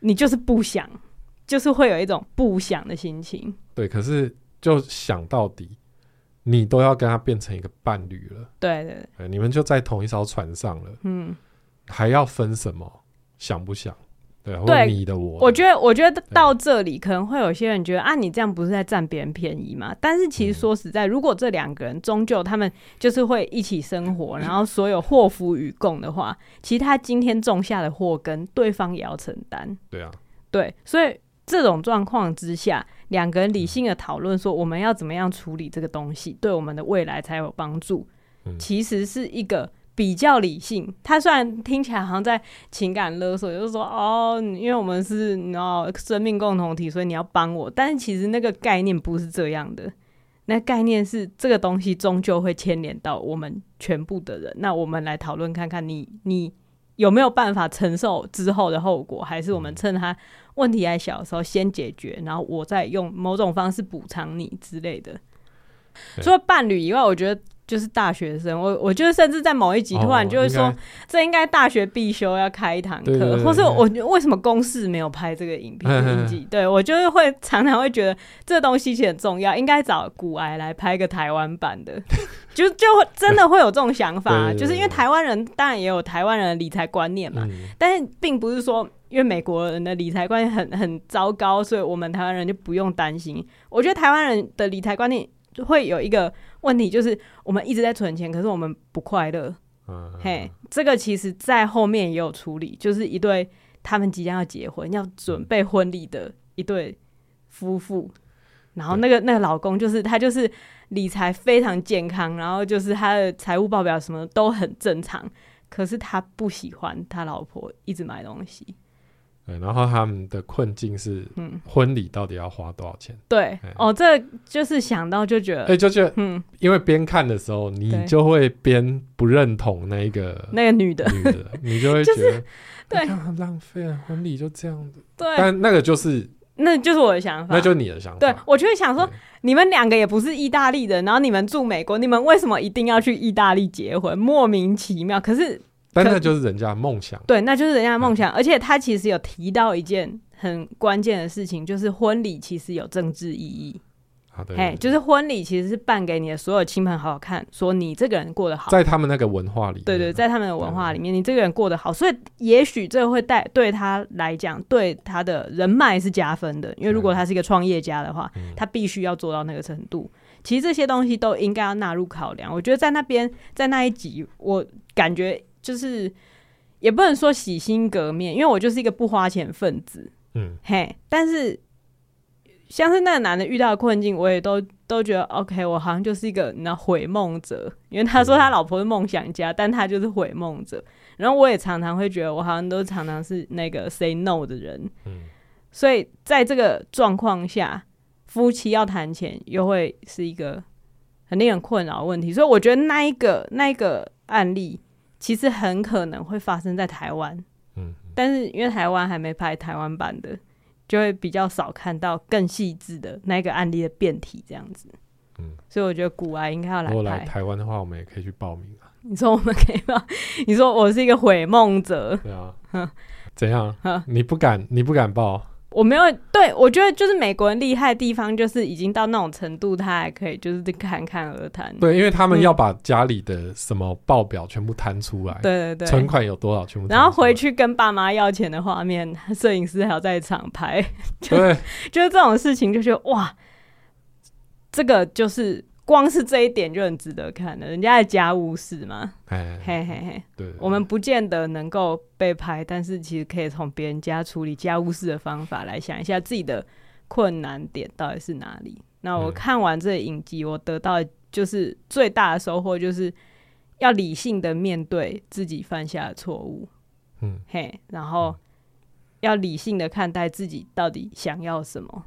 [SPEAKER 2] 你就是不想，就是会有一种不想的心情，
[SPEAKER 3] 对，可是就想到底，你都要跟他变成一个伴侣了，
[SPEAKER 2] 对对对，
[SPEAKER 3] 哎你们就在同一艘船上了，
[SPEAKER 2] 嗯，
[SPEAKER 3] 还要分什么？想不想？对啊，或
[SPEAKER 2] 对
[SPEAKER 3] 者你的我的，
[SPEAKER 2] 我觉得我觉得到这里可能会有些人觉得啊，你这样不是在占别人便宜嘛？但是其实说实在，如果这两个人终究他们就是会一起生活，然后所有祸福与共的话，其实他今天种下的祸根，对方也要承担。
[SPEAKER 3] 对啊，
[SPEAKER 2] 对，所以这种状况之下，两个人理性的讨论说我们要怎么样处理这个东西，对我们的未来才有帮助
[SPEAKER 3] 嗯，
[SPEAKER 2] 其实是一个。比较理性，他虽然听起来好像在情感勒索，就是说哦，你因为我们是你知道生命共同体，所以你要帮我。但是其实那个概念不是这样的，那概念是这个东西终究会牵连到我们全部的人。那我们来讨论看看你，你有没有办法承受之后的后果，还是我们趁他问题还小的时候先解决，然后我再用某种方式补偿你之类的。
[SPEAKER 3] 对
[SPEAKER 2] 除了伴侣以外，我觉得就是大学生，我我觉得甚至在某一集突然
[SPEAKER 3] 哦
[SPEAKER 2] 就会说，
[SPEAKER 3] 应
[SPEAKER 2] 这应该大学必修要开一堂课，
[SPEAKER 3] 对对对
[SPEAKER 2] 或是
[SPEAKER 3] 对
[SPEAKER 2] 我觉得为什么公式没有拍这个影片
[SPEAKER 3] 嗯嗯嗯
[SPEAKER 2] 影
[SPEAKER 3] <laughs>
[SPEAKER 2] 集？对我就是会常常会觉得这东西其实很重要，应该找古癌来拍个台湾版
[SPEAKER 3] <laughs>
[SPEAKER 2] 的，就就会真的会有这种想法啊，
[SPEAKER 3] 对对对
[SPEAKER 2] 就是因为台湾人当然也有台湾人的理财观念嘛，
[SPEAKER 3] 嗯，
[SPEAKER 2] 但是并不是说因为美国人的理财观念很很糟糕，所以我们台湾人就不用担心。我觉得台湾人的理财观念会有一个问题，就是我们一直在存钱，可是我们不快乐。
[SPEAKER 3] 嗯
[SPEAKER 2] 嘿，这个其实在后面也有处理，就是一对他们即将要结婚、要准备婚礼的一对夫妇，然后那个那个老公就是他就是理财非常健康，然后就是他的财务报表什么都很正常，可是他不喜欢他老婆一直买东西。
[SPEAKER 3] 对，然后他们的困境是
[SPEAKER 2] 嗯，
[SPEAKER 3] 婚礼到底要花多少钱？
[SPEAKER 2] 对
[SPEAKER 3] 哎，
[SPEAKER 2] 哦，这就是想到就觉得，
[SPEAKER 3] 哎、就觉得
[SPEAKER 2] 嗯，
[SPEAKER 3] 因为边看的时候，你
[SPEAKER 2] 对
[SPEAKER 3] 就会边不认同那一个
[SPEAKER 2] 那个女的，
[SPEAKER 3] 女的，你就会
[SPEAKER 2] <laughs>
[SPEAKER 3] 觉
[SPEAKER 2] 就是
[SPEAKER 3] 得
[SPEAKER 2] 对
[SPEAKER 3] 你干嘛浪费啊婚礼就这样子。
[SPEAKER 2] 对，
[SPEAKER 3] 但那个就是，
[SPEAKER 2] 那就是我的想法。
[SPEAKER 3] 那就是你的想法。
[SPEAKER 2] 对，我就会想说
[SPEAKER 3] 嗯对，
[SPEAKER 2] 你们两个也不是意大利人，然后你们住美国，你们为什么一定要去意大利结婚？莫名其妙。可是，
[SPEAKER 3] 但
[SPEAKER 2] 可
[SPEAKER 3] 那就是人家的梦想。
[SPEAKER 2] 对，那就是人家的梦想。
[SPEAKER 3] 嗯
[SPEAKER 2] 而且他其实有提到一件很关键的事情，就是婚礼其实有政治意义。
[SPEAKER 3] 好的，
[SPEAKER 2] 哎，
[SPEAKER 3] 啊对
[SPEAKER 2] 就是婚礼其实是办给你的所有亲朋好友看，说你这个人过得好。
[SPEAKER 3] 在他们那个文化里面，啊
[SPEAKER 2] 对对，在他们的文化里面，你这个人过得好，所以也许这会带对他来讲，对他的人脉是加分的。因为如果他是一个创业家的话，他必须要做到那个程度。其实这些东西都应该要纳入考量。我觉得在那边，在那一集，我感觉就是也不能说洗心革面，因为我就是一个不花钱分子。
[SPEAKER 3] 嗯，
[SPEAKER 2] 嘿，但是像是那个男的遇到的困境，我也都都觉得 OK，我好像就是一个那毁梦者，因为
[SPEAKER 3] 嗯
[SPEAKER 2] 他说他老婆是梦想家，但他就是毁梦者。然后我也常常会觉得，我好像都常常是那个 say no 的人。
[SPEAKER 3] 嗯
[SPEAKER 2] 所以在这个状况下，夫妻要谈钱又会是一个很令人困扰的问题。所以我觉得那一个那一个案例，其实很可能会发生在台湾。
[SPEAKER 3] 嗯，
[SPEAKER 2] 但是因为台湾还没拍台湾版的，就会比较少看到更细致的那个案例的变体这样子。
[SPEAKER 3] 嗯，
[SPEAKER 2] 所以我觉得古癌应该要来
[SPEAKER 3] 如果来
[SPEAKER 2] 拍。
[SPEAKER 3] 台湾的话，我们也可以去报名啊。
[SPEAKER 2] 你说我们可以吗？ <laughs> 你说我是一个毁梦者，
[SPEAKER 3] 对啊， <laughs>
[SPEAKER 2] <laughs>
[SPEAKER 3] 怎样？
[SPEAKER 2] 嗯
[SPEAKER 3] 你不敢，你不敢报？
[SPEAKER 2] 我没有对我觉得就是美国人厉害的地方，就是已经到那种程度，他还可以就是侃侃而谈。
[SPEAKER 3] 对，因为他们
[SPEAKER 2] 嗯
[SPEAKER 3] 要把家里的什么报表全部摊出来，
[SPEAKER 2] 对对
[SPEAKER 3] 存
[SPEAKER 2] 对。
[SPEAKER 3] 款有多少全部摊出来，
[SPEAKER 2] 然后回去跟爸妈要钱的画面， <laughs> 摄影师还要在场拍， <laughs>
[SPEAKER 3] 对，
[SPEAKER 2] 就是这种事情，就觉得哇，这个就是光是这一点就很值得看的，人家的家务事嘛，
[SPEAKER 3] 哎，
[SPEAKER 2] 嘿嘿嘿，
[SPEAKER 3] 对，
[SPEAKER 2] 我们不见得能够被拍，但是其实可以从别人家处理家务事的方法来想一下自己的困难点到底是哪里。那我
[SPEAKER 3] 嗯
[SPEAKER 2] 看完这影集，我得到的就是最大的收获就是要理性的面对自己犯下的错误，
[SPEAKER 3] 嗯
[SPEAKER 2] 嘿，然后
[SPEAKER 3] 嗯
[SPEAKER 2] 要理性的看待自己到底想要什么。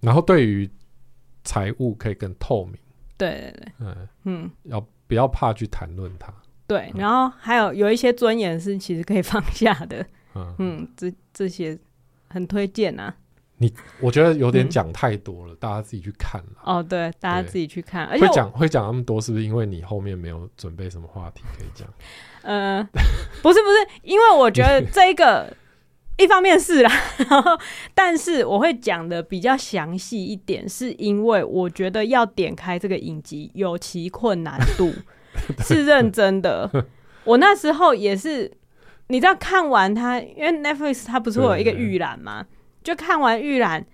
[SPEAKER 3] 然后对于财务可以更透明，
[SPEAKER 2] 对对对，
[SPEAKER 3] 嗯，
[SPEAKER 2] 嗯。
[SPEAKER 3] 要不要怕去谈论它？
[SPEAKER 2] 对，
[SPEAKER 3] 嗯
[SPEAKER 2] 然后还有有一些尊严是其实可以放下的，
[SPEAKER 3] 嗯，
[SPEAKER 2] <laughs> 嗯，这这些很推荐啊。
[SPEAKER 3] 我觉得有点
[SPEAKER 2] 嗯
[SPEAKER 3] 讲太多了，大家自己去看啦。
[SPEAKER 2] 哦，对，大家
[SPEAKER 3] 对
[SPEAKER 2] 自己去看，而且
[SPEAKER 3] 会
[SPEAKER 2] 我
[SPEAKER 3] 讲会讲那么多，是不是因为你后面没有准备什么话题可以讲？
[SPEAKER 2] 呃，不是不是，因为我觉
[SPEAKER 3] <laughs>
[SPEAKER 2] 得这个一方面是啦， <laughs> 然后但是我会讲的比较详细一点，是因为我觉得要点开这个影集有其困难度，是认真的。我那时候也是，你知道看完它，因为 Netflix 它不是会有一个
[SPEAKER 3] 对对
[SPEAKER 2] 预览嘛，就看完预览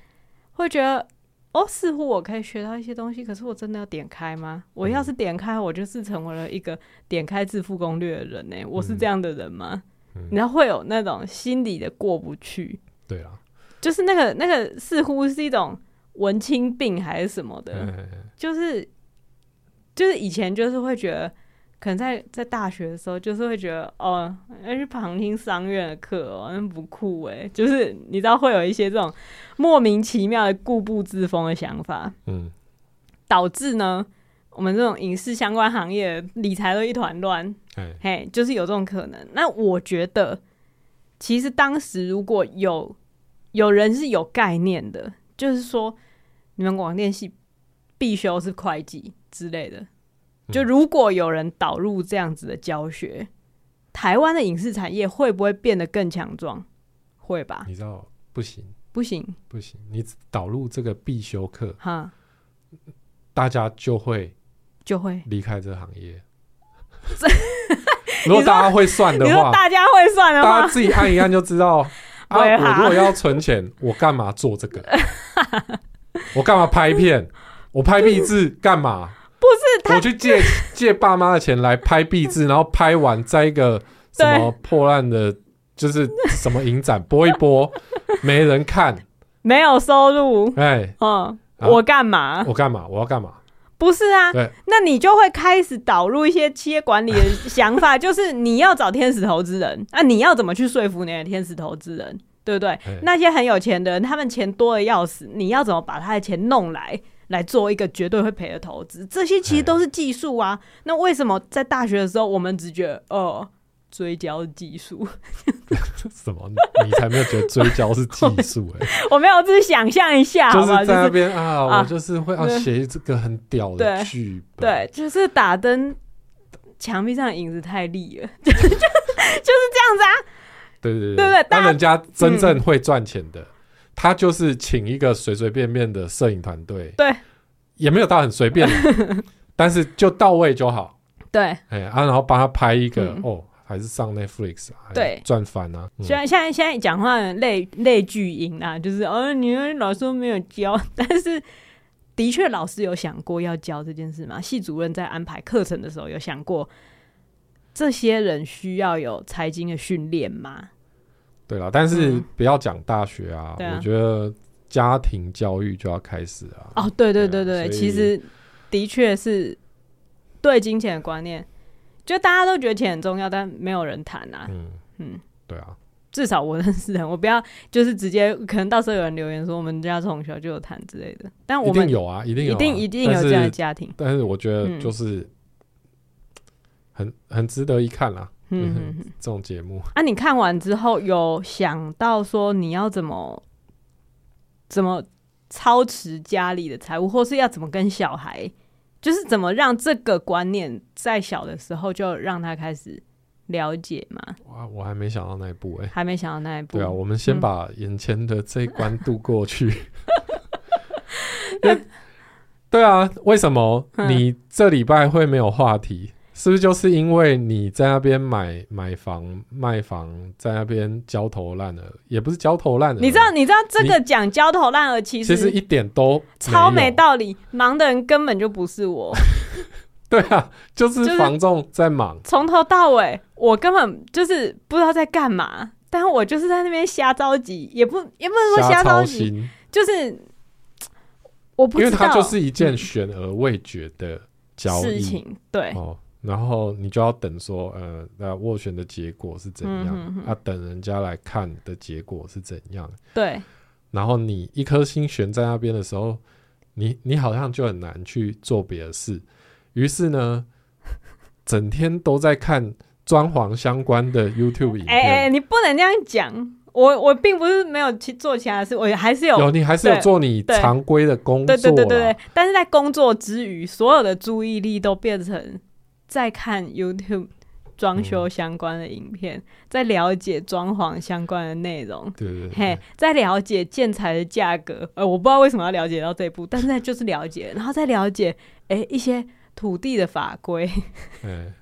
[SPEAKER 2] 会觉得。哦，似乎我可以学到一些东西，可是我真的要点开吗？我要是点开，我就是成为了一个点开致富攻略的人呢、我是
[SPEAKER 3] 嗯
[SPEAKER 2] 这样的人吗？
[SPEAKER 3] 嗯
[SPEAKER 2] 你知道会有那种心里的过不去，
[SPEAKER 3] 对啊，
[SPEAKER 2] 就是那个那个似乎是一种文青病还是什么的，
[SPEAKER 3] 嗯，
[SPEAKER 2] 就是就是以前就是会觉得，可能在在大学的时候就是会觉得哦，要去旁听商院的课哦，那不酷诶、就是你知道会有一些这种莫名其妙的固步自封的想法，
[SPEAKER 3] 嗯，
[SPEAKER 2] 导致呢我们这种影视相关行业理财都一团乱，
[SPEAKER 3] 哎，
[SPEAKER 2] 嘿，就是有这种可能。那我觉得，其实当时如果有有人是有概念的，就是说你们广电系必修是会计之类的，
[SPEAKER 3] 嗯
[SPEAKER 2] 就如果有人导入这样子的教学，台湾的影视产业会不会变得更强壮？会吧？
[SPEAKER 3] 你知道不行
[SPEAKER 2] 不行
[SPEAKER 3] 不行，你导入这个必修课，
[SPEAKER 2] 哈，
[SPEAKER 3] 大家就会
[SPEAKER 2] 就会。
[SPEAKER 3] 离开这个行业。如果大家会算的
[SPEAKER 2] 你说
[SPEAKER 3] 话，
[SPEAKER 2] 大家会算的
[SPEAKER 3] 大家
[SPEAKER 2] 话，
[SPEAKER 3] 自己按一按就知道。啊，
[SPEAKER 2] 对
[SPEAKER 3] 我
[SPEAKER 2] 啊
[SPEAKER 3] 如果要存钱，我干嘛做这个？我干嘛拍片？我拍壁纸干嘛？不是，我去借借爸妈的钱来拍壁纸，然后拍完在一个什么破烂的，就是什么影展播一播，没人看，
[SPEAKER 2] 没有收入，
[SPEAKER 3] 哎，
[SPEAKER 2] 嗯，
[SPEAKER 3] 啊
[SPEAKER 2] 我干嘛？ <laughs>
[SPEAKER 3] 我干嘛？我要干嘛？
[SPEAKER 2] 不是啊
[SPEAKER 3] 对，
[SPEAKER 2] 那你就会开始导入一些企业管理的想法， <laughs> 就是你要找天使投资人，那、你要怎么去说服你的天使投资人，对不对
[SPEAKER 3] 对？
[SPEAKER 2] 那些很有钱的人，他们钱多的要死，你要怎么把他的钱弄来？来做一个绝对会赔的投资，这些其实
[SPEAKER 3] 哎
[SPEAKER 2] 都是技术啊。那为什么在大学的时候，我们只觉得哦，追焦技术？ <laughs>
[SPEAKER 3] 什么？你才没有觉得追焦是技术哎、
[SPEAKER 2] 我没有，只是想象一下，
[SPEAKER 3] 就
[SPEAKER 2] <laughs> 好
[SPEAKER 3] 是
[SPEAKER 2] 不好？
[SPEAKER 3] 在
[SPEAKER 2] 就是
[SPEAKER 3] 那边啊，
[SPEAKER 2] 啊
[SPEAKER 3] 我就是会要
[SPEAKER 2] 对
[SPEAKER 3] 写这个很屌的
[SPEAKER 2] 对
[SPEAKER 3] 剧本，
[SPEAKER 2] 对，就是打灯，墙壁上的影子太利了，就就就是这样子啊。
[SPEAKER 3] 对对对
[SPEAKER 2] 对对大
[SPEAKER 3] 但
[SPEAKER 2] 家嗯
[SPEAKER 3] 人家真正会赚钱的，他就是请一个随随便便的摄影团队，
[SPEAKER 2] 对，
[SPEAKER 3] 也没有到很
[SPEAKER 2] <laughs>
[SPEAKER 3] 随便啦，但是就到位就好，
[SPEAKER 2] 对，
[SPEAKER 3] 哎啊，然后帮他拍一个、
[SPEAKER 2] 嗯
[SPEAKER 3] 哦，还是上 Netflix 啊，
[SPEAKER 2] 对
[SPEAKER 3] 赚翻啊，嗯
[SPEAKER 2] 虽然现在现在讲话很类类聚音啊，就是哦，你们老师没有教，但是的确老师有想过要教这件事吗？ <laughs> 系主任在安排课程的时候有想过，这些人需要有财经的训练吗？
[SPEAKER 3] 对啦，但是
[SPEAKER 2] 嗯
[SPEAKER 3] 不要讲大学啊，
[SPEAKER 2] 对啊
[SPEAKER 3] 我觉得家庭教育就要开始啊，
[SPEAKER 2] 哦，对对对
[SPEAKER 3] 对啊
[SPEAKER 2] 对，
[SPEAKER 3] 所以
[SPEAKER 2] 其实的确是对金钱的观念，就大家都觉得钱很重要，但没有人谈啊。
[SPEAKER 3] 嗯嗯
[SPEAKER 2] 嗯，
[SPEAKER 3] 对啊，
[SPEAKER 2] 至少我认识人，我不要就是直接，可能到时候有人留言说我们家从小就有谈之类的，但
[SPEAKER 3] 一
[SPEAKER 2] 我
[SPEAKER 3] 定
[SPEAKER 2] 们
[SPEAKER 3] 有啊，一定有啊、
[SPEAKER 2] 一定一定有
[SPEAKER 3] 但是
[SPEAKER 2] 这样的家庭，
[SPEAKER 3] 但是我觉得
[SPEAKER 2] 嗯
[SPEAKER 3] 就是很很值得一看啦，
[SPEAKER 2] 嗯
[SPEAKER 3] 就是
[SPEAKER 2] 嗯嗯。
[SPEAKER 3] 这种节目。
[SPEAKER 2] 啊，你看完之后有想到说你要怎么怎么操持家里的财务，或是要怎么跟小孩，就是怎么让这个观念在小的时候就让他开始了解嘛？
[SPEAKER 3] 哇，我还没想到那一步哎、
[SPEAKER 2] 还没想到那一步，
[SPEAKER 3] 对啊，我们先
[SPEAKER 2] 嗯
[SPEAKER 3] 把眼前的这一关度过
[SPEAKER 2] <laughs>
[SPEAKER 3] 去。因为对啊，为什么
[SPEAKER 2] 嗯
[SPEAKER 3] 你这礼拜会没有话题？是不是就是因为你在那边买买房、卖房，在那边焦头烂额？也不是焦头烂额，啊
[SPEAKER 2] 你知道，你知道这个讲焦头烂额，其
[SPEAKER 3] 其实一
[SPEAKER 2] 实
[SPEAKER 3] 点都
[SPEAKER 2] 超
[SPEAKER 3] 没
[SPEAKER 2] 没
[SPEAKER 3] 有。
[SPEAKER 2] 道理。忙的人根本就不是我，
[SPEAKER 3] <laughs> 对啊，就
[SPEAKER 2] 就是是
[SPEAKER 3] 房仲在忙，
[SPEAKER 2] 从头到尾，我根本就是不知道在干嘛，但我就是在那边瞎着急，也不也不能说
[SPEAKER 3] 瞎
[SPEAKER 2] 瞎
[SPEAKER 3] 操
[SPEAKER 2] 着急，
[SPEAKER 3] 心。
[SPEAKER 2] 就是我不
[SPEAKER 3] 因为
[SPEAKER 2] 知
[SPEAKER 3] 它
[SPEAKER 2] 道
[SPEAKER 3] 就是一件悬而未决的交
[SPEAKER 2] 事
[SPEAKER 3] 易
[SPEAKER 2] 情，嗯对，
[SPEAKER 3] 哦，然后你就要等说，呃，那斡旋的结果是怎样？
[SPEAKER 2] 嗯哼哼
[SPEAKER 3] 啊，等人家来看的结果是怎样？
[SPEAKER 2] 对，
[SPEAKER 3] 然后你一颗心悬在那边的时候，你你好像就很难去做别的事，于是呢，整天都在看装潢相关的 YouTube 影片。
[SPEAKER 2] 哎哎，你不能这样讲。我我并不是没有去做其他事，我还是有
[SPEAKER 3] 有你还是有
[SPEAKER 2] 对
[SPEAKER 3] 做你
[SPEAKER 2] 对
[SPEAKER 3] 常规的工
[SPEAKER 2] 对
[SPEAKER 3] 作啦，
[SPEAKER 2] 对对对对，但是在工作之余，所有的注意力都变成在看 YouTube
[SPEAKER 3] 嗯
[SPEAKER 2] 装修相关的影片，在了解装潢相关的内容。
[SPEAKER 3] 对对对
[SPEAKER 2] 嘿，在了解建材的价格，呃，我不知道为什么要了解到这一步，但是那就是了解，然后再了解，哎、一些土地的法规， <laughs>
[SPEAKER 3] 哎，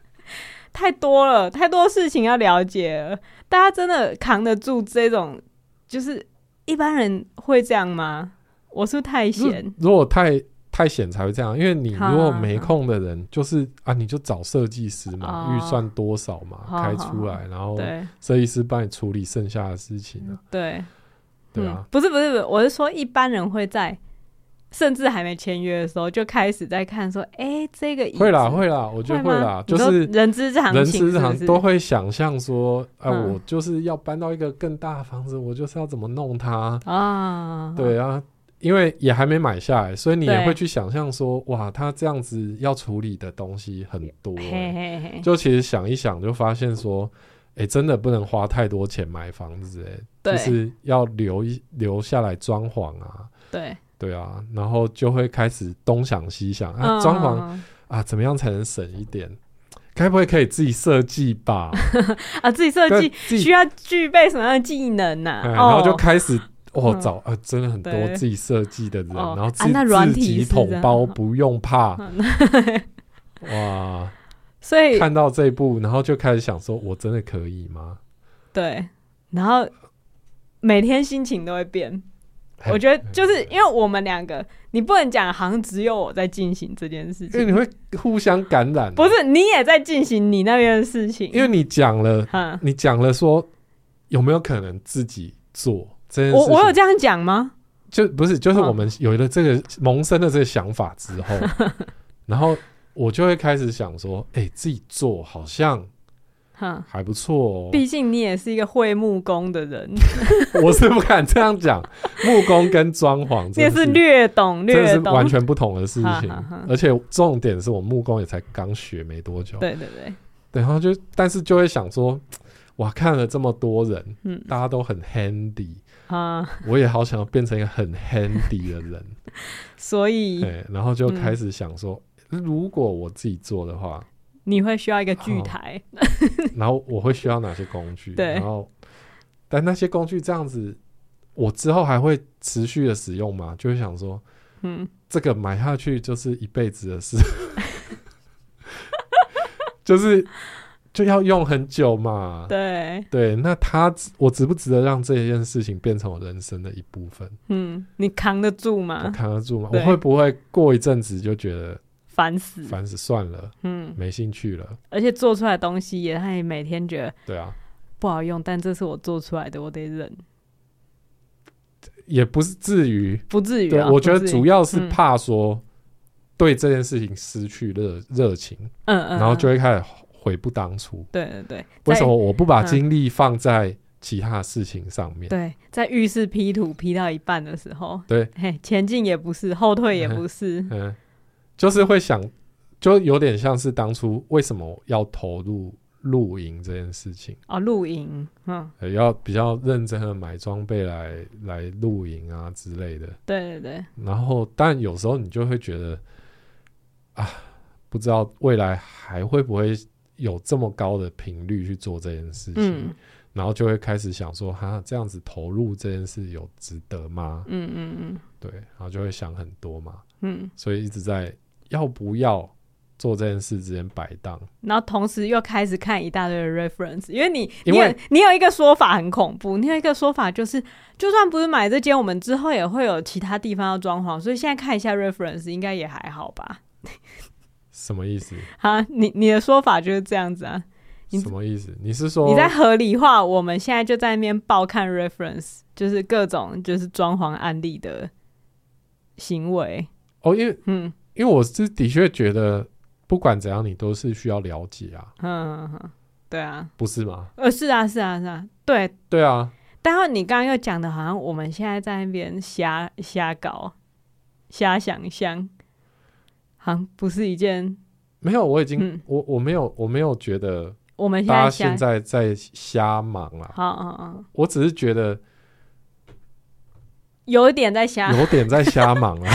[SPEAKER 2] 太多了，太多事情要了解了。大家真的扛得住这种，就是一般人会这样吗？我是不是太闲？
[SPEAKER 3] 如果太太闲才会这样，因为你如
[SPEAKER 2] 好
[SPEAKER 3] 果
[SPEAKER 2] 好好
[SPEAKER 3] 没空的人，就是啊，你就找设计师嘛，
[SPEAKER 2] 哦
[SPEAKER 3] 预算多少嘛，
[SPEAKER 2] 好
[SPEAKER 3] 开
[SPEAKER 2] 好
[SPEAKER 3] 出
[SPEAKER 2] 好
[SPEAKER 3] 来，然后
[SPEAKER 2] 对。嗯
[SPEAKER 3] 设计师帮你处理剩下的事情啊，
[SPEAKER 2] 对，
[SPEAKER 3] 对
[SPEAKER 2] 嗯
[SPEAKER 3] 啊，，
[SPEAKER 2] 不是不是不是，我是说一般人会在甚至还没签约的时候就开始在看说，哎、这个椅子
[SPEAKER 3] 会啦会啦，我觉得
[SPEAKER 2] 会
[SPEAKER 3] 会
[SPEAKER 2] 吗
[SPEAKER 3] 啦，就
[SPEAKER 2] 你说
[SPEAKER 3] 是
[SPEAKER 2] 人之常
[SPEAKER 3] 人
[SPEAKER 2] 情是
[SPEAKER 3] 之
[SPEAKER 2] 不
[SPEAKER 3] 常
[SPEAKER 2] 是
[SPEAKER 3] 都会想象说，啊，
[SPEAKER 2] 嗯
[SPEAKER 3] 我就是要搬到一个更大的房子，我就是要怎么弄它，
[SPEAKER 2] 啊，
[SPEAKER 3] 对啊。因为也还没买下来，所以你也
[SPEAKER 2] 对
[SPEAKER 3] 会去想象说，哇，他这样子要处理的东西很多、欸，
[SPEAKER 2] 嘿嘿嘿，
[SPEAKER 3] 就其实想一想，就发现说，哎、真的不能花太多钱买房子、欸，
[SPEAKER 2] 对、
[SPEAKER 3] 就是要留一留下来装潢啊，
[SPEAKER 2] 对，
[SPEAKER 3] 对啊，然后就会开始东想西想
[SPEAKER 2] 嗯
[SPEAKER 3] 啊，装潢、
[SPEAKER 2] 潢
[SPEAKER 3] 啊，怎么样才能省一点？该不会可以自己设计吧？
[SPEAKER 2] 啊， <laughs> 自己设
[SPEAKER 3] 对
[SPEAKER 2] 计
[SPEAKER 3] 自己
[SPEAKER 2] 需，要具备什么样的技能呐、
[SPEAKER 3] 哎
[SPEAKER 2] 哦，
[SPEAKER 3] 然后就开始。哦，
[SPEAKER 2] 嗯
[SPEAKER 3] 找啊，真的很多
[SPEAKER 2] 对
[SPEAKER 3] 自己设计的人，
[SPEAKER 2] 哦
[SPEAKER 3] 然后自
[SPEAKER 2] 啊那软
[SPEAKER 3] 自
[SPEAKER 2] 体
[SPEAKER 3] 己
[SPEAKER 2] 是这
[SPEAKER 3] 统
[SPEAKER 2] 样
[SPEAKER 3] 包不用怕，
[SPEAKER 2] <laughs> 嗯
[SPEAKER 3] 哇！
[SPEAKER 2] 所以
[SPEAKER 3] 看到这一步，然后就开始想说，我真的可以吗？
[SPEAKER 2] 对，然后每天心情都会变。我觉得就是因为我们两个，你不能讲好像只有我在进行这件事
[SPEAKER 3] 因为
[SPEAKER 2] 情
[SPEAKER 3] 你，会互相感染、啊
[SPEAKER 2] 不，是你也在进行你那边的事情，
[SPEAKER 3] 因为你讲了，
[SPEAKER 2] 哈，
[SPEAKER 3] 你讲了说有没有可能自己做这件事
[SPEAKER 2] 我
[SPEAKER 3] 情？
[SPEAKER 2] 我有这样讲吗？
[SPEAKER 3] 就不是，就是
[SPEAKER 2] 嗯 <laughs>
[SPEAKER 3] 我们有了这个萌生的这个想法之后，然后我就会开始想说，哎、自己做好像
[SPEAKER 2] 哈，
[SPEAKER 3] 还不错哦。
[SPEAKER 2] 毕竟你也是一个会木工的人，
[SPEAKER 3] <laughs> 我是不敢这样讲，木工跟装潢
[SPEAKER 2] 你也
[SPEAKER 3] 真的
[SPEAKER 2] 是略懂
[SPEAKER 3] 真的
[SPEAKER 2] 略
[SPEAKER 3] 是
[SPEAKER 2] 懂，
[SPEAKER 3] 完全不同的事情
[SPEAKER 2] 哈哈哈，
[SPEAKER 3] 而且重点是我木工也才刚学没多久，
[SPEAKER 2] 对对对，
[SPEAKER 3] 然后就但是就会想说，哇，看了这么多人，
[SPEAKER 2] 嗯
[SPEAKER 3] 大家都很 handy，
[SPEAKER 2] 啊，
[SPEAKER 3] 我也好想要变成一个很 handy
[SPEAKER 2] <laughs>
[SPEAKER 3] 的人，
[SPEAKER 2] 所以
[SPEAKER 3] 对，然后就开
[SPEAKER 2] 嗯
[SPEAKER 3] 始想说，如果我自己做的话，
[SPEAKER 2] 你会需要一个剧台，
[SPEAKER 3] 然后我会需要哪些工
[SPEAKER 2] <laughs>
[SPEAKER 3] 具，
[SPEAKER 2] 对
[SPEAKER 3] 然后但那些工具这样子，我之后还会持续的使用吗？就会想说，
[SPEAKER 2] 嗯，
[SPEAKER 3] 这个买下去就是一辈子的事， <laughs> 就是就要用很久嘛。
[SPEAKER 2] 对，
[SPEAKER 3] 对，那他我值不值得让这件事情变成我人生的一部分？
[SPEAKER 2] 嗯，你扛得住
[SPEAKER 3] 我
[SPEAKER 2] 吗？
[SPEAKER 3] 扛得住吗？我
[SPEAKER 2] 啊对
[SPEAKER 3] 会不会过一阵子就觉得
[SPEAKER 2] 烦死，
[SPEAKER 3] 烦死算了，
[SPEAKER 2] 嗯，
[SPEAKER 3] 没兴趣了？
[SPEAKER 2] 而且做出来的东西也让你每天觉得
[SPEAKER 3] 对啊，
[SPEAKER 2] 不好用，但这是我做出来的，我得忍，
[SPEAKER 3] 也不是至于。
[SPEAKER 2] 不至于
[SPEAKER 3] 对，
[SPEAKER 2] 啊。
[SPEAKER 3] 我觉
[SPEAKER 2] 不
[SPEAKER 3] 得
[SPEAKER 2] 至于
[SPEAKER 3] 主要是
[SPEAKER 2] 嗯
[SPEAKER 3] 怕说对这件事情失去热热情，
[SPEAKER 2] 嗯嗯，
[SPEAKER 3] 然后就
[SPEAKER 2] 嗯
[SPEAKER 3] 会开始悔不当初。
[SPEAKER 2] 对对对，
[SPEAKER 3] 为什么我不把
[SPEAKER 2] 嗯
[SPEAKER 3] 精力放在其他事情上面？
[SPEAKER 2] 对，在浴室 P 图 P 到一半的时候，
[SPEAKER 3] 对，
[SPEAKER 2] 嘿，前进也不是，后退也不是，
[SPEAKER 3] <laughs> 嗯，就是会想，就有点像是当初为什么要投入露营这件事情，
[SPEAKER 2] 哦，露营，嗯，
[SPEAKER 3] 呃要比较认真的买装备来来露营啊之类的。
[SPEAKER 2] 对对对，
[SPEAKER 3] 然后，但有时候你就会觉得，啊，不知道未来还会不会有这么高的频率去做这件事情，
[SPEAKER 2] 嗯
[SPEAKER 3] 然后就会开始想说，哈，这样子投入这件事有值得吗？
[SPEAKER 2] 嗯嗯嗯
[SPEAKER 3] 对，然后就会想很多嘛，
[SPEAKER 2] 嗯，
[SPEAKER 3] 所以一直在要不要做这件事之间摆荡。
[SPEAKER 2] 然后同时又开始看一大堆的 reference，因为你
[SPEAKER 3] 因
[SPEAKER 2] 你
[SPEAKER 3] 为
[SPEAKER 2] 有你有一个说法很恐怖，你有一个说法就是，就算不是买这间，我们之后也会有其他地方要装潢，所以现在看一下 reference 应该也还好吧？
[SPEAKER 3] 什么意思？
[SPEAKER 2] 啊，你你的说法就是这样子啊，你
[SPEAKER 3] 什么意思？你是说
[SPEAKER 2] 你在合理化我们现在就在那边爆看 reference，就是各种就是装潢案例的行为，
[SPEAKER 3] 哦？因为
[SPEAKER 2] 嗯
[SPEAKER 3] 因为我是的确觉得，不管怎样，你都是需要了解啊，
[SPEAKER 2] 嗯，嗯嗯对啊，
[SPEAKER 3] 不是吗？
[SPEAKER 2] 呃，是啊是啊是啊，对，
[SPEAKER 3] 对啊，
[SPEAKER 2] 但是你刚刚又讲的，好像我们现在在那边瞎瞎搞、瞎想象，好像不是一件
[SPEAKER 3] 没有，我已经、
[SPEAKER 2] 嗯
[SPEAKER 3] 我我没有我没有觉得
[SPEAKER 2] 我们现在
[SPEAKER 3] 大家
[SPEAKER 2] 瞎
[SPEAKER 3] 现。在在瞎忙啊，
[SPEAKER 2] 好好好，
[SPEAKER 3] 我只是觉得
[SPEAKER 2] 有一点在瞎，
[SPEAKER 3] 有点在瞎忙
[SPEAKER 2] <laughs>
[SPEAKER 3] 啊，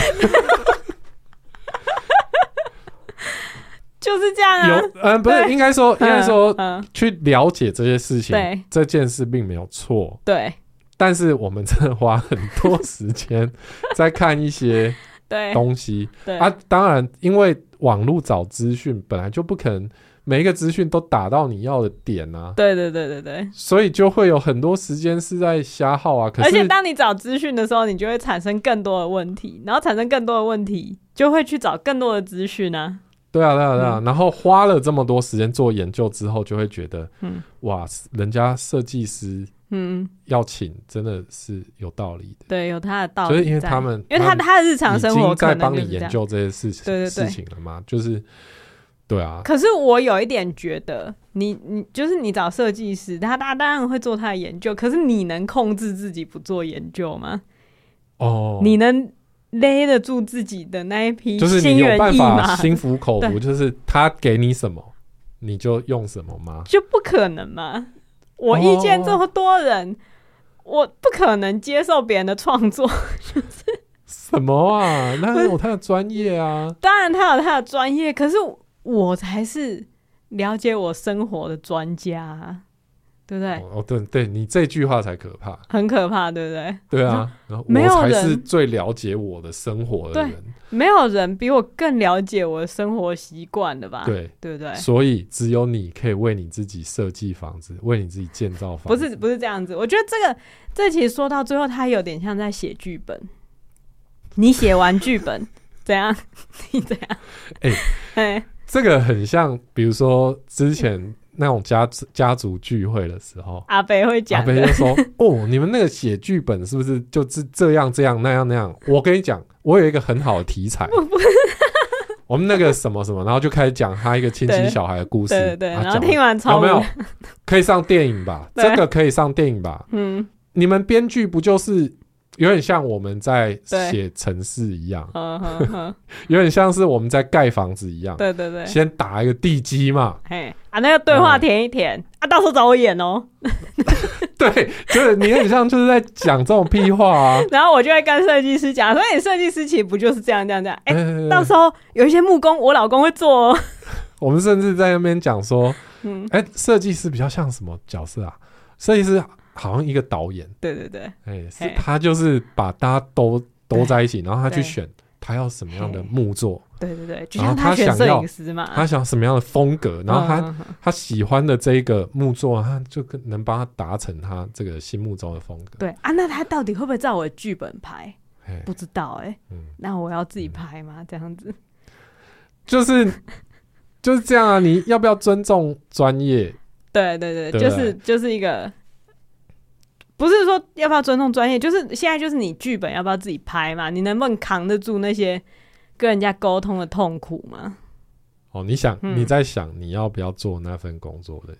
[SPEAKER 2] 就是这样啊。
[SPEAKER 3] 有嗯不是
[SPEAKER 2] 对
[SPEAKER 3] 应该说应该说
[SPEAKER 2] 嗯，嗯
[SPEAKER 3] 去了解这些事情
[SPEAKER 2] 对，
[SPEAKER 3] 这件事并没有错，
[SPEAKER 2] 对
[SPEAKER 3] 但是我们真的花很多时间在看一些
[SPEAKER 2] <laughs> 对
[SPEAKER 3] 东西
[SPEAKER 2] 对
[SPEAKER 3] <laughs> 啊，当然因为网络找资讯本来就不可能每一个资讯都打到你要的点啊，
[SPEAKER 2] 对对对对对。
[SPEAKER 3] 所以就会有很多时间是在瞎耗啊，可
[SPEAKER 2] 而且
[SPEAKER 3] 是。
[SPEAKER 2] 当你找资讯的时候，你就会产生更多的问题，然后产生更多的问题，就会去找更多的资讯啊。
[SPEAKER 3] 对啊，对啊，对
[SPEAKER 2] 嗯
[SPEAKER 3] 啊。然后花了这么多时间做研究之后，就会觉得，
[SPEAKER 2] 嗯
[SPEAKER 3] 哇，人家设计师
[SPEAKER 2] 嗯，
[SPEAKER 3] 要请真的是有道理的，
[SPEAKER 2] 对，有他的道理
[SPEAKER 3] 就
[SPEAKER 2] 在。
[SPEAKER 3] 是因为他们，
[SPEAKER 2] 因为他他的日常
[SPEAKER 3] 已
[SPEAKER 2] 生活
[SPEAKER 3] 经
[SPEAKER 2] 可
[SPEAKER 3] 在
[SPEAKER 2] 能
[SPEAKER 3] 帮
[SPEAKER 2] 就
[SPEAKER 3] 你
[SPEAKER 2] 是这
[SPEAKER 3] 研
[SPEAKER 2] 样。
[SPEAKER 3] 究这些事情
[SPEAKER 2] 对对对
[SPEAKER 3] 事情了嘛，就是，对啊，
[SPEAKER 2] 可是我有一点觉得，你你就是你找设计师，他他当然会做他的研究，可是你能控制自己不做研究吗？
[SPEAKER 3] 哦，
[SPEAKER 2] 你能勒得住自己的那一批
[SPEAKER 3] 就是
[SPEAKER 2] 心
[SPEAKER 3] 你有
[SPEAKER 2] 猿
[SPEAKER 3] 办
[SPEAKER 2] 意
[SPEAKER 3] 法
[SPEAKER 2] 马？
[SPEAKER 3] 心服口服，
[SPEAKER 2] 对
[SPEAKER 3] 就是他给你什么你就用什么吗？ <laughs>
[SPEAKER 2] 就不可能嘛！我意见这么多人，我不可能接受别人的创作。 <laughs>
[SPEAKER 3] 什么啊？那有他的专业啊，
[SPEAKER 2] 当然，他有他的专业，可是我才是了解我生活的专家啊，对不对？
[SPEAKER 3] 哦，哦对对，你这句话才可怕，
[SPEAKER 2] 很可怕，对不对？
[SPEAKER 3] 对啊，然后
[SPEAKER 2] 嗯
[SPEAKER 3] 我
[SPEAKER 2] 没有
[SPEAKER 3] 才
[SPEAKER 2] 人
[SPEAKER 3] 是最了解我的生活的
[SPEAKER 2] 对
[SPEAKER 3] 人，
[SPEAKER 2] 没有人比我更了解我的生活习惯了吧？，
[SPEAKER 3] 对，
[SPEAKER 2] 对不对？
[SPEAKER 3] 所以只有你可以为你自己设计房子，为你自己建造房
[SPEAKER 2] 不
[SPEAKER 3] 子。
[SPEAKER 2] 是不是这样子，我觉得这个这其实说到最后，它有点像在写剧本。你写完剧本 <laughs> 怎样？你怎样？
[SPEAKER 3] 哎
[SPEAKER 2] <laughs> 哎
[SPEAKER 3] 这个很像，比如说之前那种家家族聚会的时候，
[SPEAKER 2] 阿北会
[SPEAKER 3] 阿
[SPEAKER 2] 讲
[SPEAKER 3] 飞就
[SPEAKER 2] 的， <laughs>
[SPEAKER 3] 说：“哦，你们那个写剧本是不是就是这样这样那样那样？”我跟你讲，我有一个很好的题材，我们那个什么什么，然后就开始讲他一个亲戚
[SPEAKER 2] 对
[SPEAKER 3] 小孩的故事，
[SPEAKER 2] 对对对，
[SPEAKER 3] 啊
[SPEAKER 2] 然后
[SPEAKER 3] 讲
[SPEAKER 2] 听完超
[SPEAKER 3] 有没
[SPEAKER 2] 无
[SPEAKER 3] 有
[SPEAKER 2] 聊
[SPEAKER 3] 可以上电影吧？
[SPEAKER 2] <laughs> 对
[SPEAKER 3] 这个可以上电影吧？
[SPEAKER 2] 嗯
[SPEAKER 3] 你们编剧不就是有点像我们在
[SPEAKER 2] 对
[SPEAKER 3] 写城市一样，
[SPEAKER 2] 呵呵
[SPEAKER 3] <laughs>
[SPEAKER 2] 呵，
[SPEAKER 3] 有点像是我们在盖房子一样，
[SPEAKER 2] 对对对，
[SPEAKER 3] 先打一个地基嘛， <laughs>
[SPEAKER 2] 嘿啊，那个对话填一填、
[SPEAKER 3] 嗯
[SPEAKER 2] 啊，到时候找我演哦，。
[SPEAKER 3] 对，就是你很像就是在讲这种屁话啊
[SPEAKER 2] 然后我就会跟设计师讲，所以设计师其实不就是这样这样这样， <laughs> 哎、
[SPEAKER 3] 呃
[SPEAKER 2] 到时候有一些木工，我老公会做哦。
[SPEAKER 3] 我们甚至在那边讲说，
[SPEAKER 2] 嗯，
[SPEAKER 3] 哎、设计师比较像什么角色啊？设计师好像一个导演，
[SPEAKER 2] 对对对，
[SPEAKER 3] 哎、是
[SPEAKER 2] 嘿
[SPEAKER 3] 他就是把大家都都
[SPEAKER 2] 对
[SPEAKER 3] 在一起，然后他去
[SPEAKER 2] 对
[SPEAKER 3] 选他要什么样的
[SPEAKER 2] 嘿
[SPEAKER 3] 木作，
[SPEAKER 2] 对对对，就
[SPEAKER 3] 然后
[SPEAKER 2] 像
[SPEAKER 3] 他
[SPEAKER 2] 选
[SPEAKER 3] 想
[SPEAKER 2] 摄
[SPEAKER 3] 要
[SPEAKER 2] 影师嘛，
[SPEAKER 3] 他想什么样的风格，然后他、
[SPEAKER 2] 嗯嗯嗯
[SPEAKER 3] 他喜欢的这一个木作，他就跟能帮他达成他这个心目中的风格。
[SPEAKER 2] 对啊，那他到底会不会照我的剧本拍？
[SPEAKER 3] 嘿
[SPEAKER 2] 不知道哎、
[SPEAKER 3] 嗯
[SPEAKER 2] 那我要自己拍吗？这样子，
[SPEAKER 3] 就是就是这样啊！你要不要尊重专业？
[SPEAKER 2] 对对对，啊
[SPEAKER 3] 对
[SPEAKER 2] 就是就是一个，不是说要不要尊重专业，就是现在就是你剧本要不要自己拍嘛？你能不能扛得住那些跟人家沟通的痛苦嘛？
[SPEAKER 3] 哦，你想、
[SPEAKER 2] 嗯
[SPEAKER 3] 你在想你要不要做那份工作的？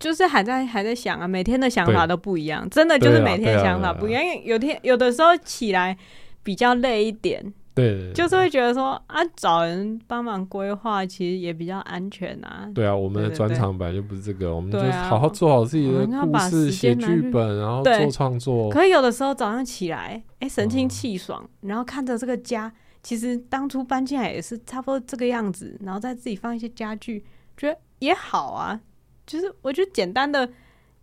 [SPEAKER 2] 就是还在还在想啊，每天的想法
[SPEAKER 3] 对
[SPEAKER 2] 都不一样，真的就是
[SPEAKER 3] 对啊
[SPEAKER 2] 每天
[SPEAKER 3] 对啊
[SPEAKER 2] 想法
[SPEAKER 3] 对啊
[SPEAKER 2] 不一样。因为有天有的时候起来比较累一点，
[SPEAKER 3] 对，
[SPEAKER 2] 就是会觉得说啊，找人帮忙规划其实也比较安全啊。 <laughs>
[SPEAKER 3] 对啊，我们的
[SPEAKER 2] 对对
[SPEAKER 3] 专
[SPEAKER 2] 对
[SPEAKER 3] 长本来就不是这个，我们就
[SPEAKER 2] 对啊
[SPEAKER 3] 好好做好自己
[SPEAKER 2] 我
[SPEAKER 3] 的
[SPEAKER 2] 们要
[SPEAKER 3] 故
[SPEAKER 2] 把
[SPEAKER 3] 事，
[SPEAKER 2] 时
[SPEAKER 3] 写
[SPEAKER 2] 间拿去
[SPEAKER 3] 剧本，然后
[SPEAKER 2] 对
[SPEAKER 3] 做创作。
[SPEAKER 2] 可是有的时候早上起来，哎、神清
[SPEAKER 3] 哦
[SPEAKER 2] 气爽，然后看着这个家，其实当初搬进来也是差不多这个样子，然后再自己放一些家具，觉得也好啊。就是我觉得简单的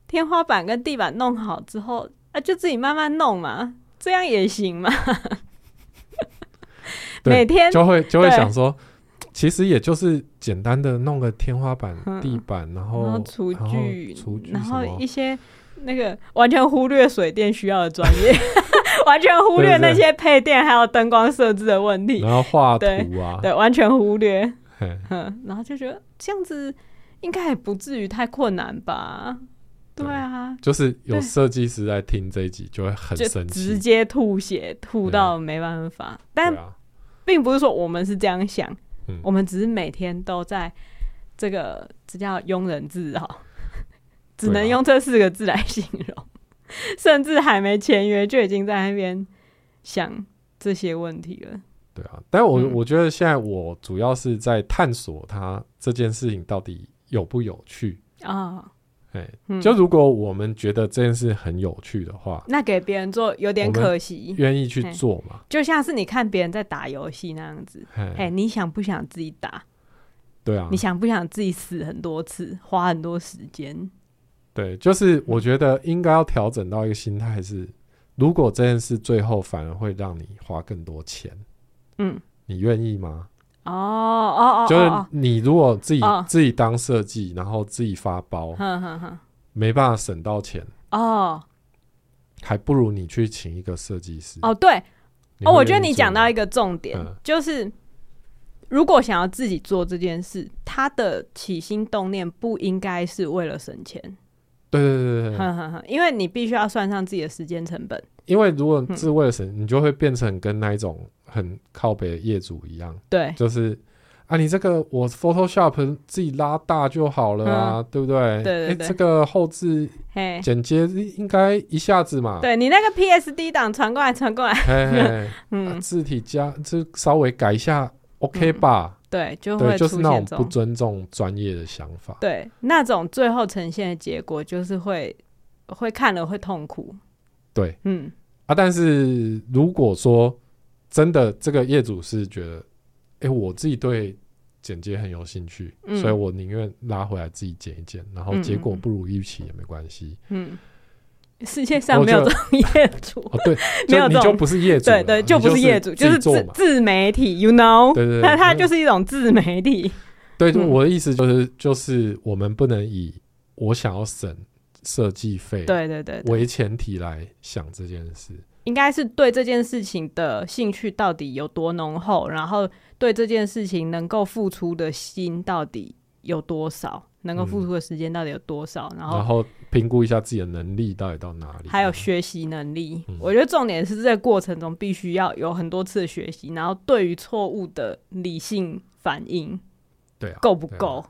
[SPEAKER 2] 天花板跟地板弄好之后，啊，就自己慢慢弄嘛，这样也行嘛。
[SPEAKER 3] 对
[SPEAKER 2] 每天
[SPEAKER 3] 就会就会
[SPEAKER 2] 对
[SPEAKER 3] 想说，其实也就是简单的弄个天花板、
[SPEAKER 2] 嗯
[SPEAKER 3] 地板，然
[SPEAKER 2] 然后
[SPEAKER 3] 后
[SPEAKER 2] 厨
[SPEAKER 3] 哦然后
[SPEAKER 2] 具，
[SPEAKER 3] 厨具
[SPEAKER 2] 然
[SPEAKER 3] 什
[SPEAKER 2] 后
[SPEAKER 3] 么
[SPEAKER 2] 一些那个完全忽略水电需要的专业， <laughs> 完全忽略
[SPEAKER 3] 对对
[SPEAKER 2] 那些配电还有灯光设置的问题，
[SPEAKER 3] 然后画图
[SPEAKER 2] 对
[SPEAKER 3] 啊，
[SPEAKER 2] 对，完全忽略。
[SPEAKER 3] 嘿
[SPEAKER 2] 哼，然后就觉得这样子应该也不至于太困难吧？对
[SPEAKER 3] 对
[SPEAKER 2] 啊，
[SPEAKER 3] 就是有
[SPEAKER 2] 对
[SPEAKER 3] 设计师在听这一集就会很
[SPEAKER 2] 就
[SPEAKER 3] 生
[SPEAKER 2] 直
[SPEAKER 3] 气，
[SPEAKER 2] 接吐血，吐
[SPEAKER 3] 对
[SPEAKER 2] 到没办法。
[SPEAKER 3] 对
[SPEAKER 2] 但
[SPEAKER 3] 啊，
[SPEAKER 2] 并不是说我们是这样想，
[SPEAKER 3] 嗯
[SPEAKER 2] 我们只是每天都在这个这叫庸人自扰， <laughs> 只
[SPEAKER 3] 对
[SPEAKER 2] 能
[SPEAKER 3] 啊
[SPEAKER 2] 用这四个字来形容， <laughs> 甚至还没签约就已经在那边想这些问题了。
[SPEAKER 3] 对啊。但我、
[SPEAKER 2] 嗯
[SPEAKER 3] 我觉得现在我主要是在探索它这件事情到底有不有趣。
[SPEAKER 2] 啊，
[SPEAKER 3] 哎，
[SPEAKER 2] 嗯
[SPEAKER 3] 就如果我们觉得这件事很有趣的话，
[SPEAKER 2] 那给别人做有点
[SPEAKER 3] 我们
[SPEAKER 2] 可惜，
[SPEAKER 3] 愿意去
[SPEAKER 2] 嘿
[SPEAKER 3] 做嘛。
[SPEAKER 2] 就像是你看别人在打游戏那样子，哎、
[SPEAKER 3] 嘿，
[SPEAKER 2] 你想不想自己打？
[SPEAKER 3] 对啊
[SPEAKER 2] 你，想不想自己死很多次，花很多时间？
[SPEAKER 3] 对，就是我觉得应该要调整到一个心态是，如果这件事最后反而会让你花更多钱，
[SPEAKER 2] 嗯，
[SPEAKER 3] 你愿意吗？
[SPEAKER 2] 哦哦哦，
[SPEAKER 3] 就是
[SPEAKER 2] 哦，
[SPEAKER 3] 你如果自己、
[SPEAKER 2] 哦嗯
[SPEAKER 3] 自己当设计，然后自己发包，
[SPEAKER 2] 哼哼哼，
[SPEAKER 3] 没办法省到钱，
[SPEAKER 2] 哦
[SPEAKER 3] 还不如你去请一个设计师。
[SPEAKER 2] 哦，对
[SPEAKER 3] 你会
[SPEAKER 2] 哦，我觉得
[SPEAKER 3] 愿意
[SPEAKER 2] 你
[SPEAKER 3] 做
[SPEAKER 2] 讲
[SPEAKER 3] 吗
[SPEAKER 2] 到一个重点，
[SPEAKER 3] 嗯
[SPEAKER 2] 就是如果想要自己做这件事，他的起心动念不应该是为了省钱，
[SPEAKER 3] 对对对对对，
[SPEAKER 2] 哼哼哼，因为你必须要算上自己的时间成本，
[SPEAKER 3] 因为如
[SPEAKER 2] 嗯
[SPEAKER 3] 果是为了省，你就会变成跟那一种很靠北的业主一样，
[SPEAKER 2] 对
[SPEAKER 3] 就是啊，你这个我 Photoshop 自己拉大就好了啊，对不对？
[SPEAKER 2] 嗯对对
[SPEAKER 3] 诶
[SPEAKER 2] 对
[SPEAKER 3] 这个后置
[SPEAKER 2] 嘿。
[SPEAKER 3] 剪接应该一下子嘛，
[SPEAKER 2] 对你那个 PSD 档传过来，传过来，
[SPEAKER 3] 嘿嘿，啊
[SPEAKER 2] <laughs> 嗯，
[SPEAKER 3] 字体加这稍微改一下，OK 吧？
[SPEAKER 2] 对，就会
[SPEAKER 3] 对，
[SPEAKER 2] 出
[SPEAKER 3] 就是
[SPEAKER 2] 现
[SPEAKER 3] 那种
[SPEAKER 2] 这
[SPEAKER 3] 不尊重专业的想法。
[SPEAKER 2] 对，那种最后呈现的结果就是会会看了会痛苦。
[SPEAKER 3] 对
[SPEAKER 2] 嗯，
[SPEAKER 3] 啊，但是如果说真的这个业主是觉得，哎、我自己对剪接很有兴趣，
[SPEAKER 2] 嗯
[SPEAKER 3] 所以我宁愿拉回来自己剪一剪，然后
[SPEAKER 2] 嗯
[SPEAKER 3] 结果
[SPEAKER 2] 嗯嗯
[SPEAKER 3] 不如预期也没关系。
[SPEAKER 2] 嗯世界上
[SPEAKER 3] 我
[SPEAKER 2] 没
[SPEAKER 3] 觉
[SPEAKER 2] 有
[SPEAKER 3] 得
[SPEAKER 2] 这种业主，
[SPEAKER 3] 哦，对，
[SPEAKER 2] <laughs> 没有
[SPEAKER 3] 就你
[SPEAKER 2] 这
[SPEAKER 3] 就
[SPEAKER 2] 种
[SPEAKER 3] 不是业主了，啊
[SPEAKER 2] 对对，
[SPEAKER 3] 你
[SPEAKER 2] 就
[SPEAKER 3] 就
[SPEAKER 2] 不是业主，就是是
[SPEAKER 3] 自己做
[SPEAKER 2] 自
[SPEAKER 3] 嘛。
[SPEAKER 2] 自媒体，you know，
[SPEAKER 3] 对对对
[SPEAKER 2] 那他
[SPEAKER 3] 嗯
[SPEAKER 2] 就是一种自媒体。
[SPEAKER 3] 对，就
[SPEAKER 2] 嗯
[SPEAKER 3] 我的意思就是，就是我们不能以我想要省设计费
[SPEAKER 2] 对对对，对
[SPEAKER 3] 为前提来想这件事。
[SPEAKER 2] 应该是对这件事情的兴趣到底有多浓厚，然后对这件事情能够付出的心到底有多少，能够付
[SPEAKER 3] 嗯
[SPEAKER 2] 出的时间到底有多少，然后
[SPEAKER 3] 然后评估一下自己的能力到底到哪里，
[SPEAKER 2] 哦还有学习能力。
[SPEAKER 3] 嗯
[SPEAKER 2] 我觉得重点是在过程中必须要有很多次的学习，然后对于错误的理性反应
[SPEAKER 3] 对啊，
[SPEAKER 2] 够不
[SPEAKER 3] 对啊
[SPEAKER 2] 够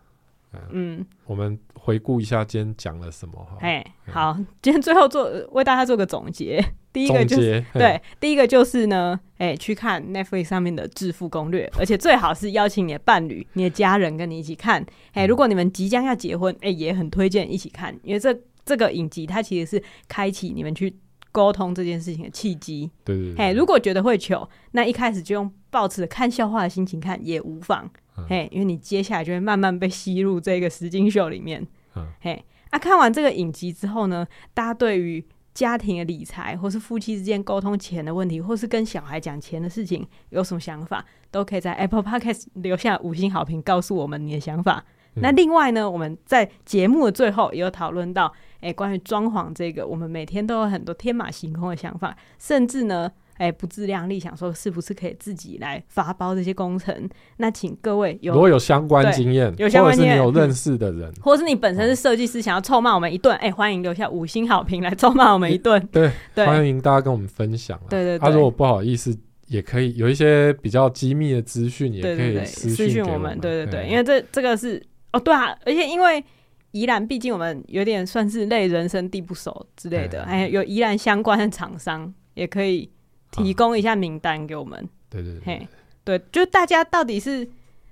[SPEAKER 3] 对啊。
[SPEAKER 2] 嗯，
[SPEAKER 3] 我们回顾一下今天讲了什么哈。
[SPEAKER 2] 哎，好， <laughs> 今天最后做为大家做个总结。第一个
[SPEAKER 3] 总
[SPEAKER 2] 就是
[SPEAKER 3] 结
[SPEAKER 2] 对，第一个就是呢，哎、去看 Netflix 上面的《致富攻略》，而且最好是邀请你的伴侣、你的家人跟你一起看。哎、
[SPEAKER 3] 嗯
[SPEAKER 2] 如果你们即将要结婚，哎、也很推荐一起看，因为这这个影集它其实是开启你们去沟通这件事情的契机。
[SPEAKER 3] 对对对，
[SPEAKER 2] 哎、如
[SPEAKER 3] 果
[SPEAKER 2] 果觉得会糗，那一开始就用抱持看笑话的心情看也无妨
[SPEAKER 3] 嗯。
[SPEAKER 2] 哎、因为你接下来就会慢慢被吸入这个实境秀里面
[SPEAKER 3] 嗯。
[SPEAKER 2] 嘿、啊，看完这个影集之后呢，大家对于家庭的理财，或是夫妻之间沟通钱的问题，或是跟小孩讲钱的事情，有什么想法，都可以在 Apple Podcast 留下五星好评，告诉我们你的想法。
[SPEAKER 3] 嗯
[SPEAKER 2] 那另外呢，我们在节目的最后也有讨论到，诶，关于装潢这个，我们每天都有很多天马行空的想法，甚至呢，诶，不自量力，想说是不是可以自己来发包这些工程？那请各位有
[SPEAKER 3] 如果有相关
[SPEAKER 2] 对
[SPEAKER 3] 经验，
[SPEAKER 2] 有相关
[SPEAKER 3] 或者是
[SPEAKER 2] 经
[SPEAKER 3] 你
[SPEAKER 2] 验
[SPEAKER 3] 有认识的
[SPEAKER 2] <laughs>
[SPEAKER 3] 人，
[SPEAKER 2] 或是你本身是设计师，想要臭骂我们一顿，哎、欢迎留下五星好评来臭骂我们一顿。
[SPEAKER 3] 对
[SPEAKER 2] 对
[SPEAKER 3] 欢迎大家跟我们分享啊。
[SPEAKER 2] 对对
[SPEAKER 3] 他
[SPEAKER 2] 对
[SPEAKER 3] 如果不好意思，也可以有一些比较机密的资讯，也
[SPEAKER 2] 对
[SPEAKER 3] 可
[SPEAKER 2] 对
[SPEAKER 3] 以
[SPEAKER 2] 对，
[SPEAKER 3] 私
[SPEAKER 2] 私
[SPEAKER 3] 给
[SPEAKER 2] 讯
[SPEAKER 3] 我
[SPEAKER 2] 们，对对对，因
[SPEAKER 3] 为
[SPEAKER 2] 为这这个是哦，对啊，而且因为宜兰，毕竟我们有点算是类人生地不熟之类的，
[SPEAKER 3] 嗯
[SPEAKER 2] 还有有宜兰相关的厂商也可以提供一下名单给我们。
[SPEAKER 3] 对嗯对对
[SPEAKER 2] 嘿，对，就大家到底是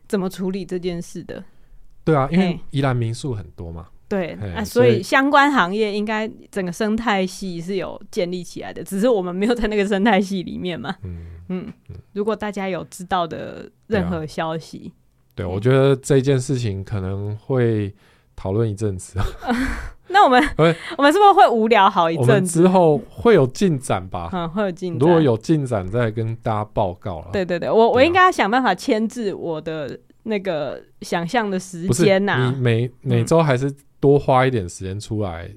[SPEAKER 2] 怎么处理这件事的？
[SPEAKER 3] 对啊，因为
[SPEAKER 2] 嘿
[SPEAKER 3] 宜兰民宿很多嘛，
[SPEAKER 2] 对
[SPEAKER 3] 嘿
[SPEAKER 2] 啊，
[SPEAKER 3] 所
[SPEAKER 2] 所
[SPEAKER 3] 以
[SPEAKER 2] 以相关行业应该整个生态系是有建立起来的，只是我们没有在那个生态系里面嘛。
[SPEAKER 3] 嗯，啊
[SPEAKER 2] 嗯，如果大家有知道的任何消息，
[SPEAKER 3] 对，
[SPEAKER 2] 嗯
[SPEAKER 3] 我觉得这件事情可能会讨论一阵子，
[SPEAKER 2] 那我们
[SPEAKER 3] <laughs> 喂
[SPEAKER 2] <laughs> 我们是不是会无聊 <laughs> 好一
[SPEAKER 3] 我们
[SPEAKER 2] 阵子？
[SPEAKER 3] 之后会有进展吧。
[SPEAKER 2] 嗯，会有进展。
[SPEAKER 3] 如果，有进展，再跟大家报告了。
[SPEAKER 2] 对对对，我我
[SPEAKER 3] 对啊
[SPEAKER 2] 应该要想办法牵制我的那个想象的时
[SPEAKER 3] 不是
[SPEAKER 2] 间呐、啊嗯
[SPEAKER 3] 你每每周还是多花一点时间出来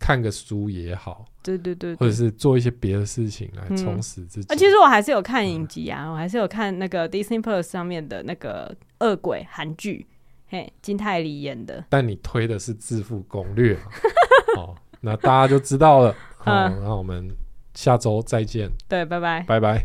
[SPEAKER 3] 看个书也好，
[SPEAKER 2] 对对对
[SPEAKER 3] 或
[SPEAKER 2] 对
[SPEAKER 3] 者。是做一些别的事情来
[SPEAKER 2] 嗯
[SPEAKER 3] 充实自己。
[SPEAKER 2] 啊，其实我还是有看影集啊，我还是有看那个 Disney Plus 上面的那个《恶鬼》韩剧，嘿，金泰梨演的。
[SPEAKER 3] 但你推的是致富攻略嘛， <laughs> 哦，那大家就知道了。好、
[SPEAKER 2] 嗯
[SPEAKER 3] 那我们下周再见，
[SPEAKER 2] 对，拜拜。
[SPEAKER 3] 拜拜。